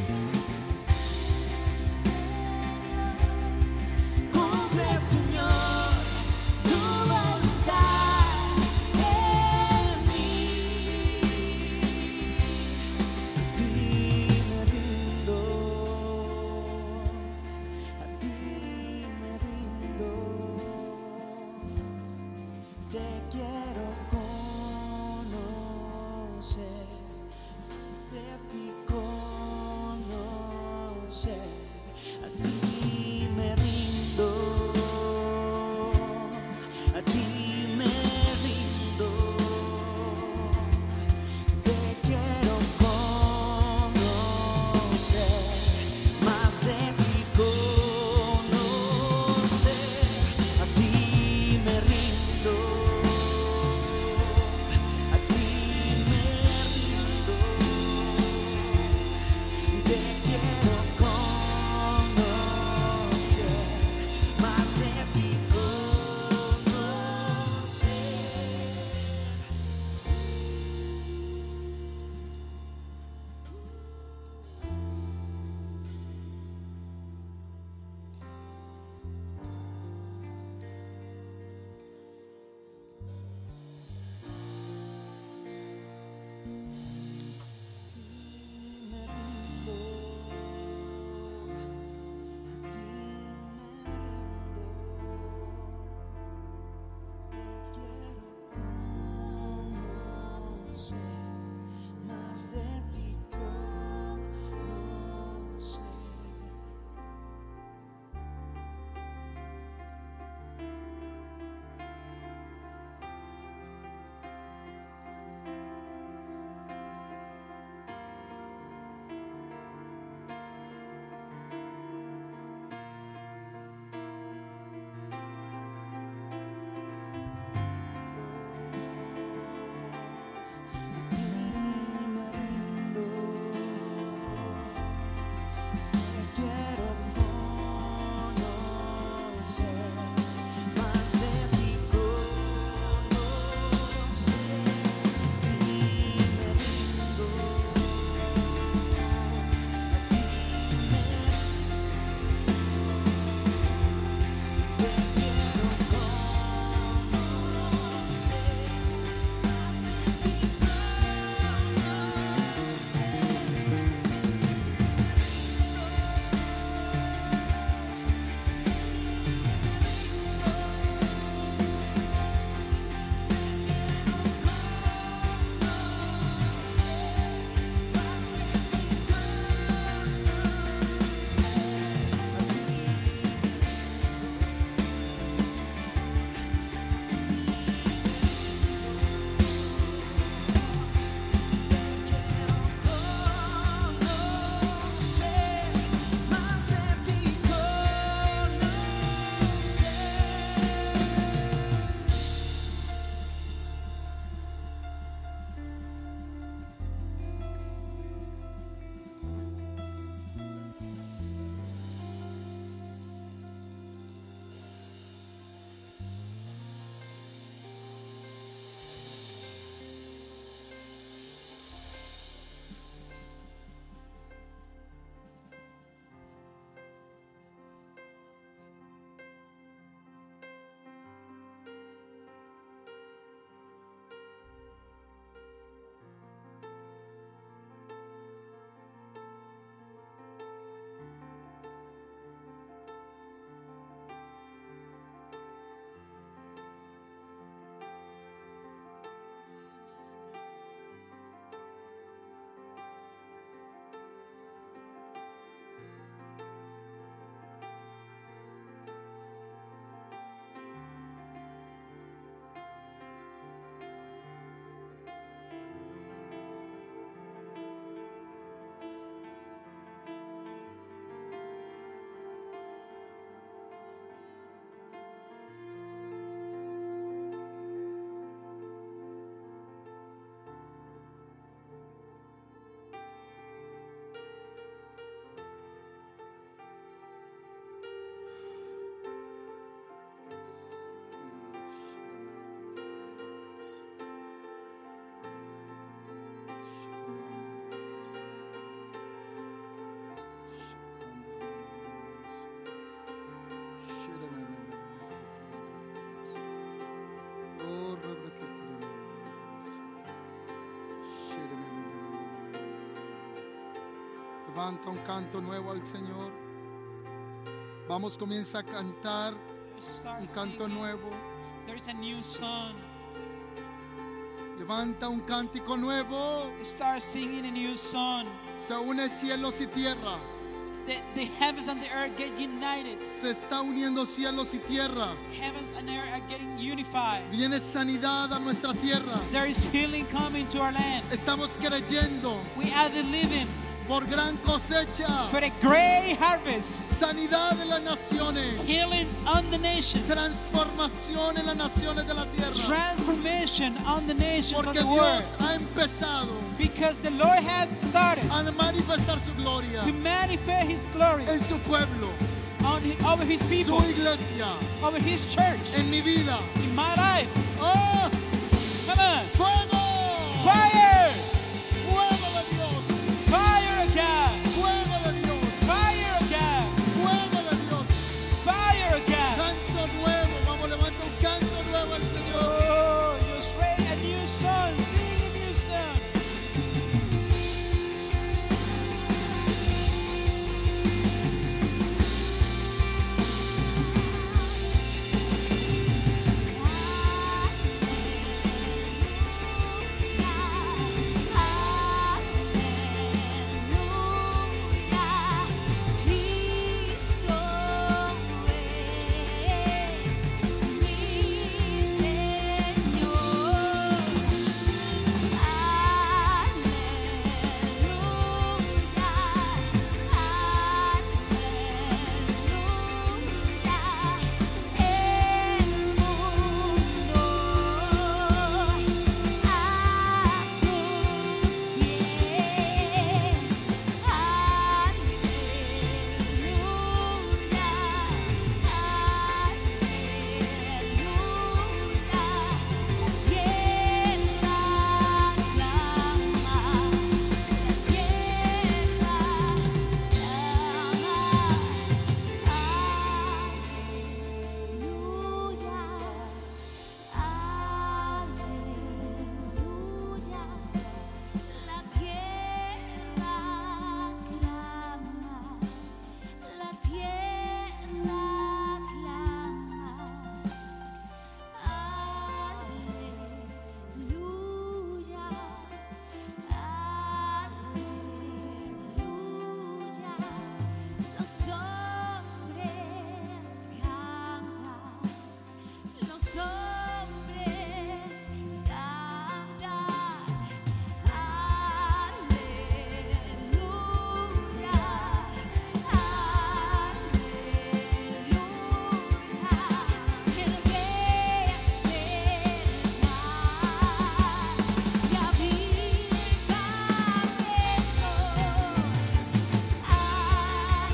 Señor, cumple Señor Levanta un canto nuevo al Señor. Vamos, comienza a cantar Start un canto singing. nuevo. There's a new song. Levanta un cántico nuevo. Start singing a new song. Se une cielos y tierra. The, the heavens and the earth get united. Se está uniendo cielos y tierra. Heavens and earth are getting unified. Viene sanidad a nuestra tierra. There is healing coming to our land. Estamos creyendo We are the living por gran cosecha. for a great harvest. Sanidad en las naciones. Healings on the nations. Transformación en las naciones de la tierra. Transformation on the nations of Porque the world. Dios ha empezado Because the Lord has started a manifestar su gloria to manifest His glory en su pueblo, on hi- over His su people, iglesia, over His church, en mi vida. in my life. ¡Oh! Come on. ¡Fuego! Fire! ¡Fuego de Dios! Fire of God! ¡Fuego de Dios! Fire of God! ¡Fuego de Dios! Fire of God! Canto nuevo, vamos, levanta un canto nuevo al Señor. Oh, you're straight a new song. Sing a new song. Cristo es mi Señor. Aleluya, aleluya, el mundo a tus pies. Aleluya, aleluya, tierra clama, tierra clama, aleluya, aleluya, la tierra clama, la tierra clama. Aleluya, aleluya, los hombres cantan, los hombres cantan, aleluya, aleluya. El despertar y habita en vos. Aleluya,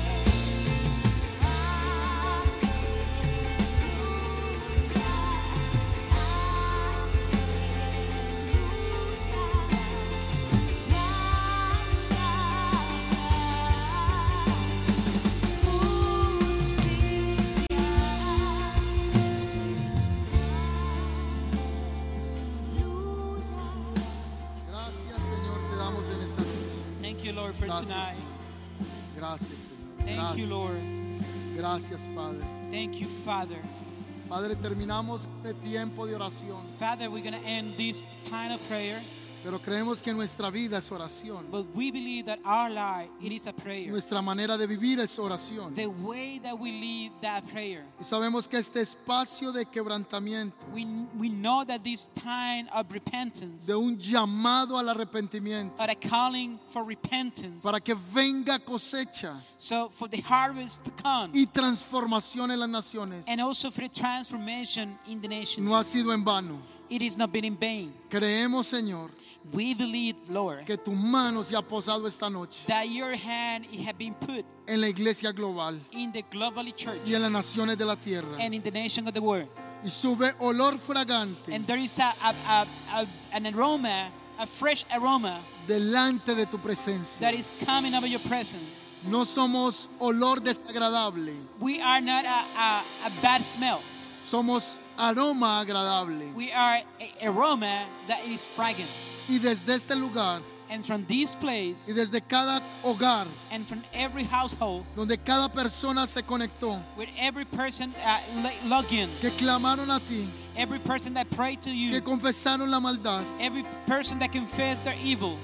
aleluya, Gracias, Señor, te damos en esta noche. Thank you, Lord, for Gracias, tonight. Señor. Gracias, Señor. Thank you, Gracias. Lord. Gracias, Padre. Thank you, Father. Padre, terminamos este tiempo de oración, Father, we're going to end this time of prayer, pero creemos que nuestra vida es oración. but we believe that our life, it is a prayer. Nuestra manera de vivir es oración. The way that we live that prayer. Y sabemos que este espacio de quebrantamiento, We, we know that this time of repentance, de un llamado al arrepentimiento, or a calling for repentance, para que venga cosecha so for the harvest to come, y transformación en las naciones, and also for the transformation in the nations, no ha sido en vano. it is not been in vain. Creemos, Señor, We believe, Lord, que tu mano se ha posado esta noche that your hand it had been put en la iglesia global in the global church y en las naciones de la tierra. and in the nation of the world. Y sube olor fragante And there is a, a, a, a- an aroma a fresh aroma delante de tu that presencia. is coming over your presence. No somos olor desagradable, We are not a, a, a bad smell. somos aroma agradable. We are a aroma that is fragrant. Y desde este lugar And from this y place desde cada hogar and from every household donde cada persona se conectó, with every person uh, lo- log in, que clamaron a ti, every person that prayed to que you, confesaron la maldad, every person that confessed their evil,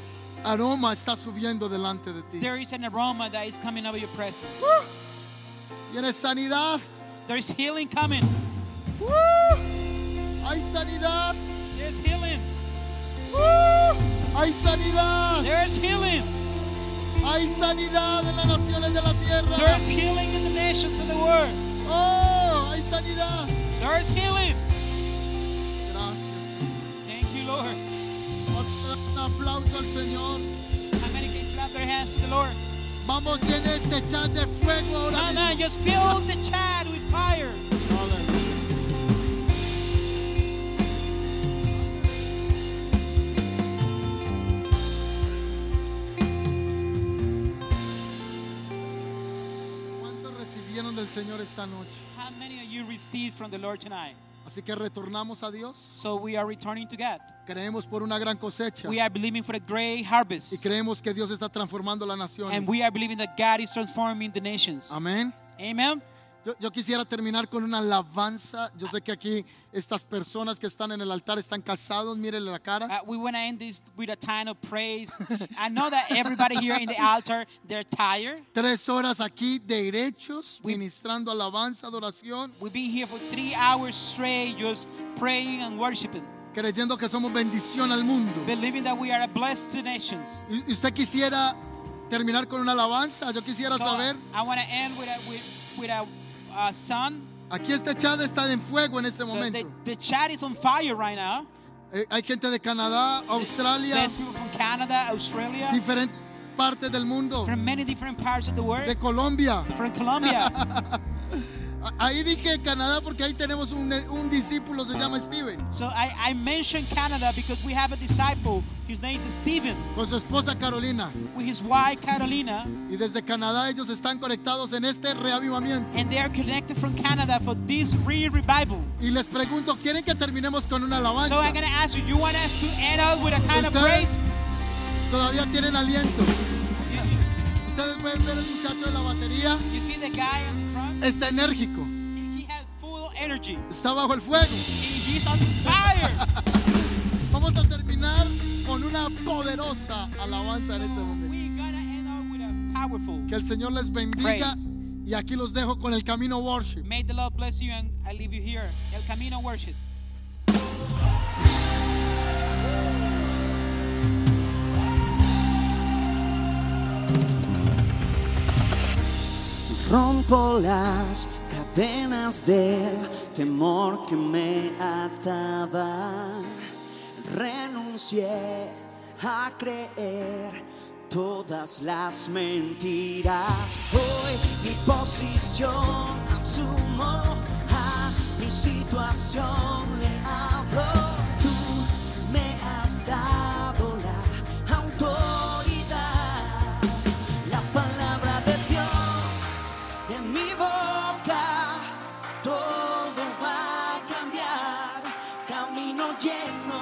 aroma está subiendo delante de ti. there is an aroma that is coming over your presence. ¿Tienes sanidad? There is healing coming. ¿Hay sanidad? There's healing. ¡Oh! ¡Hay sanidad! There's healing. ¡Hay sanidad en las naciones de la tierra! There's healing in the nations of the world. ¡Oh! ¡Hay sanidad! There's healing. Gracias. Señor. Thank you, Lord. Vamos a dar Un aplauso al Señor. How many can clap their hands to the Lord? Vamos en este chat de fuego ahora Mama, mismo. just fill the chat with fire. ¿Cuántos recibieron del Señor esta noche? How many of you received from the Lord tonight? Así que retornamos a Dios. So we are returning to God. Creemos por una gran cosecha. We Y are believing for the great harvest. creemos que Dios está transformando las naciones. And we are believing that God is transforming the nations. Amén. Amen. Yo, yo quisiera terminar con una alabanza. Yo sé que aquí estas personas que están en el altar están casados, mírenle la cara. Uh, we want to end this with a time of praise. I know that everybody here in the altar, they're tired. Tres horas aquí derechos, We- ministrando alabanza, adoración, We've been here for three hours straight just praying and worshiping, creyendo que somos bendición al mundo. believing that we are a blessed to nations. Y- y usted quisiera terminar con una alabanza. Yo quisiera So saber, I want to end with a, with, with a uh, song. aquí este chat está en fuego en este So the, momento. the chat is on fire right now. Eh, hay gente de Canadá, Australia, There's people from Canada, Australia, diferentes partes del mundo, from many different parts of the world, de Colombia. from Colombia. A- Ahí dije Canadá porque ahí tenemos un, un discípulo, se llama Steven. so I, I mentioned Canada because we have a disciple. His name is Stephen. con su esposa Carolina. With his wife Carolina, Y desde Canadá ellos están conectados en este reavivamiento. and they are connected from Canada for this re revival. Y les pregunto, ¿quieren que terminemos con una alabanza? So I'm gonna ask you, you want us to end out with a kind of ¿Ustedes praise? todavía tienen aliento? Ustedes pueden ver el muchacho de la batería. You see the guy on the front? Está enérgico. He had full energy. Está bajo el fuego. He's on fire. Vamos a terminar con una poderosa alabanza en este momento. We're gonna end out with a powerful. Que el Señor les bendiga. Praise. Y aquí los dejo con el camino worship. May the Lord bless you, and I leave you here. El Camino worship. Rompo las cadenas del temor que me ataba. Renuncié a creer todas las mentiras. Hoy mi posición asumo, a mi situación le hablo. Tú me has dado la autoridad, la palabra de Dios en mi boca todo va a cambiar. Camino lleno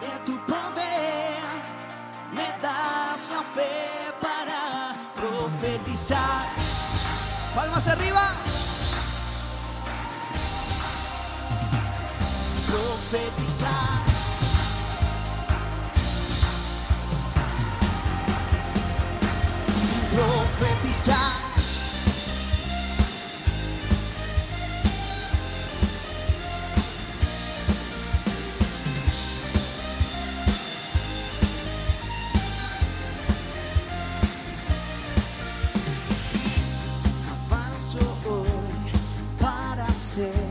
de tu poder, me das la fe para profetizar. Palmas arriba. Profetizar. Profetizar. avanzo hoy para ser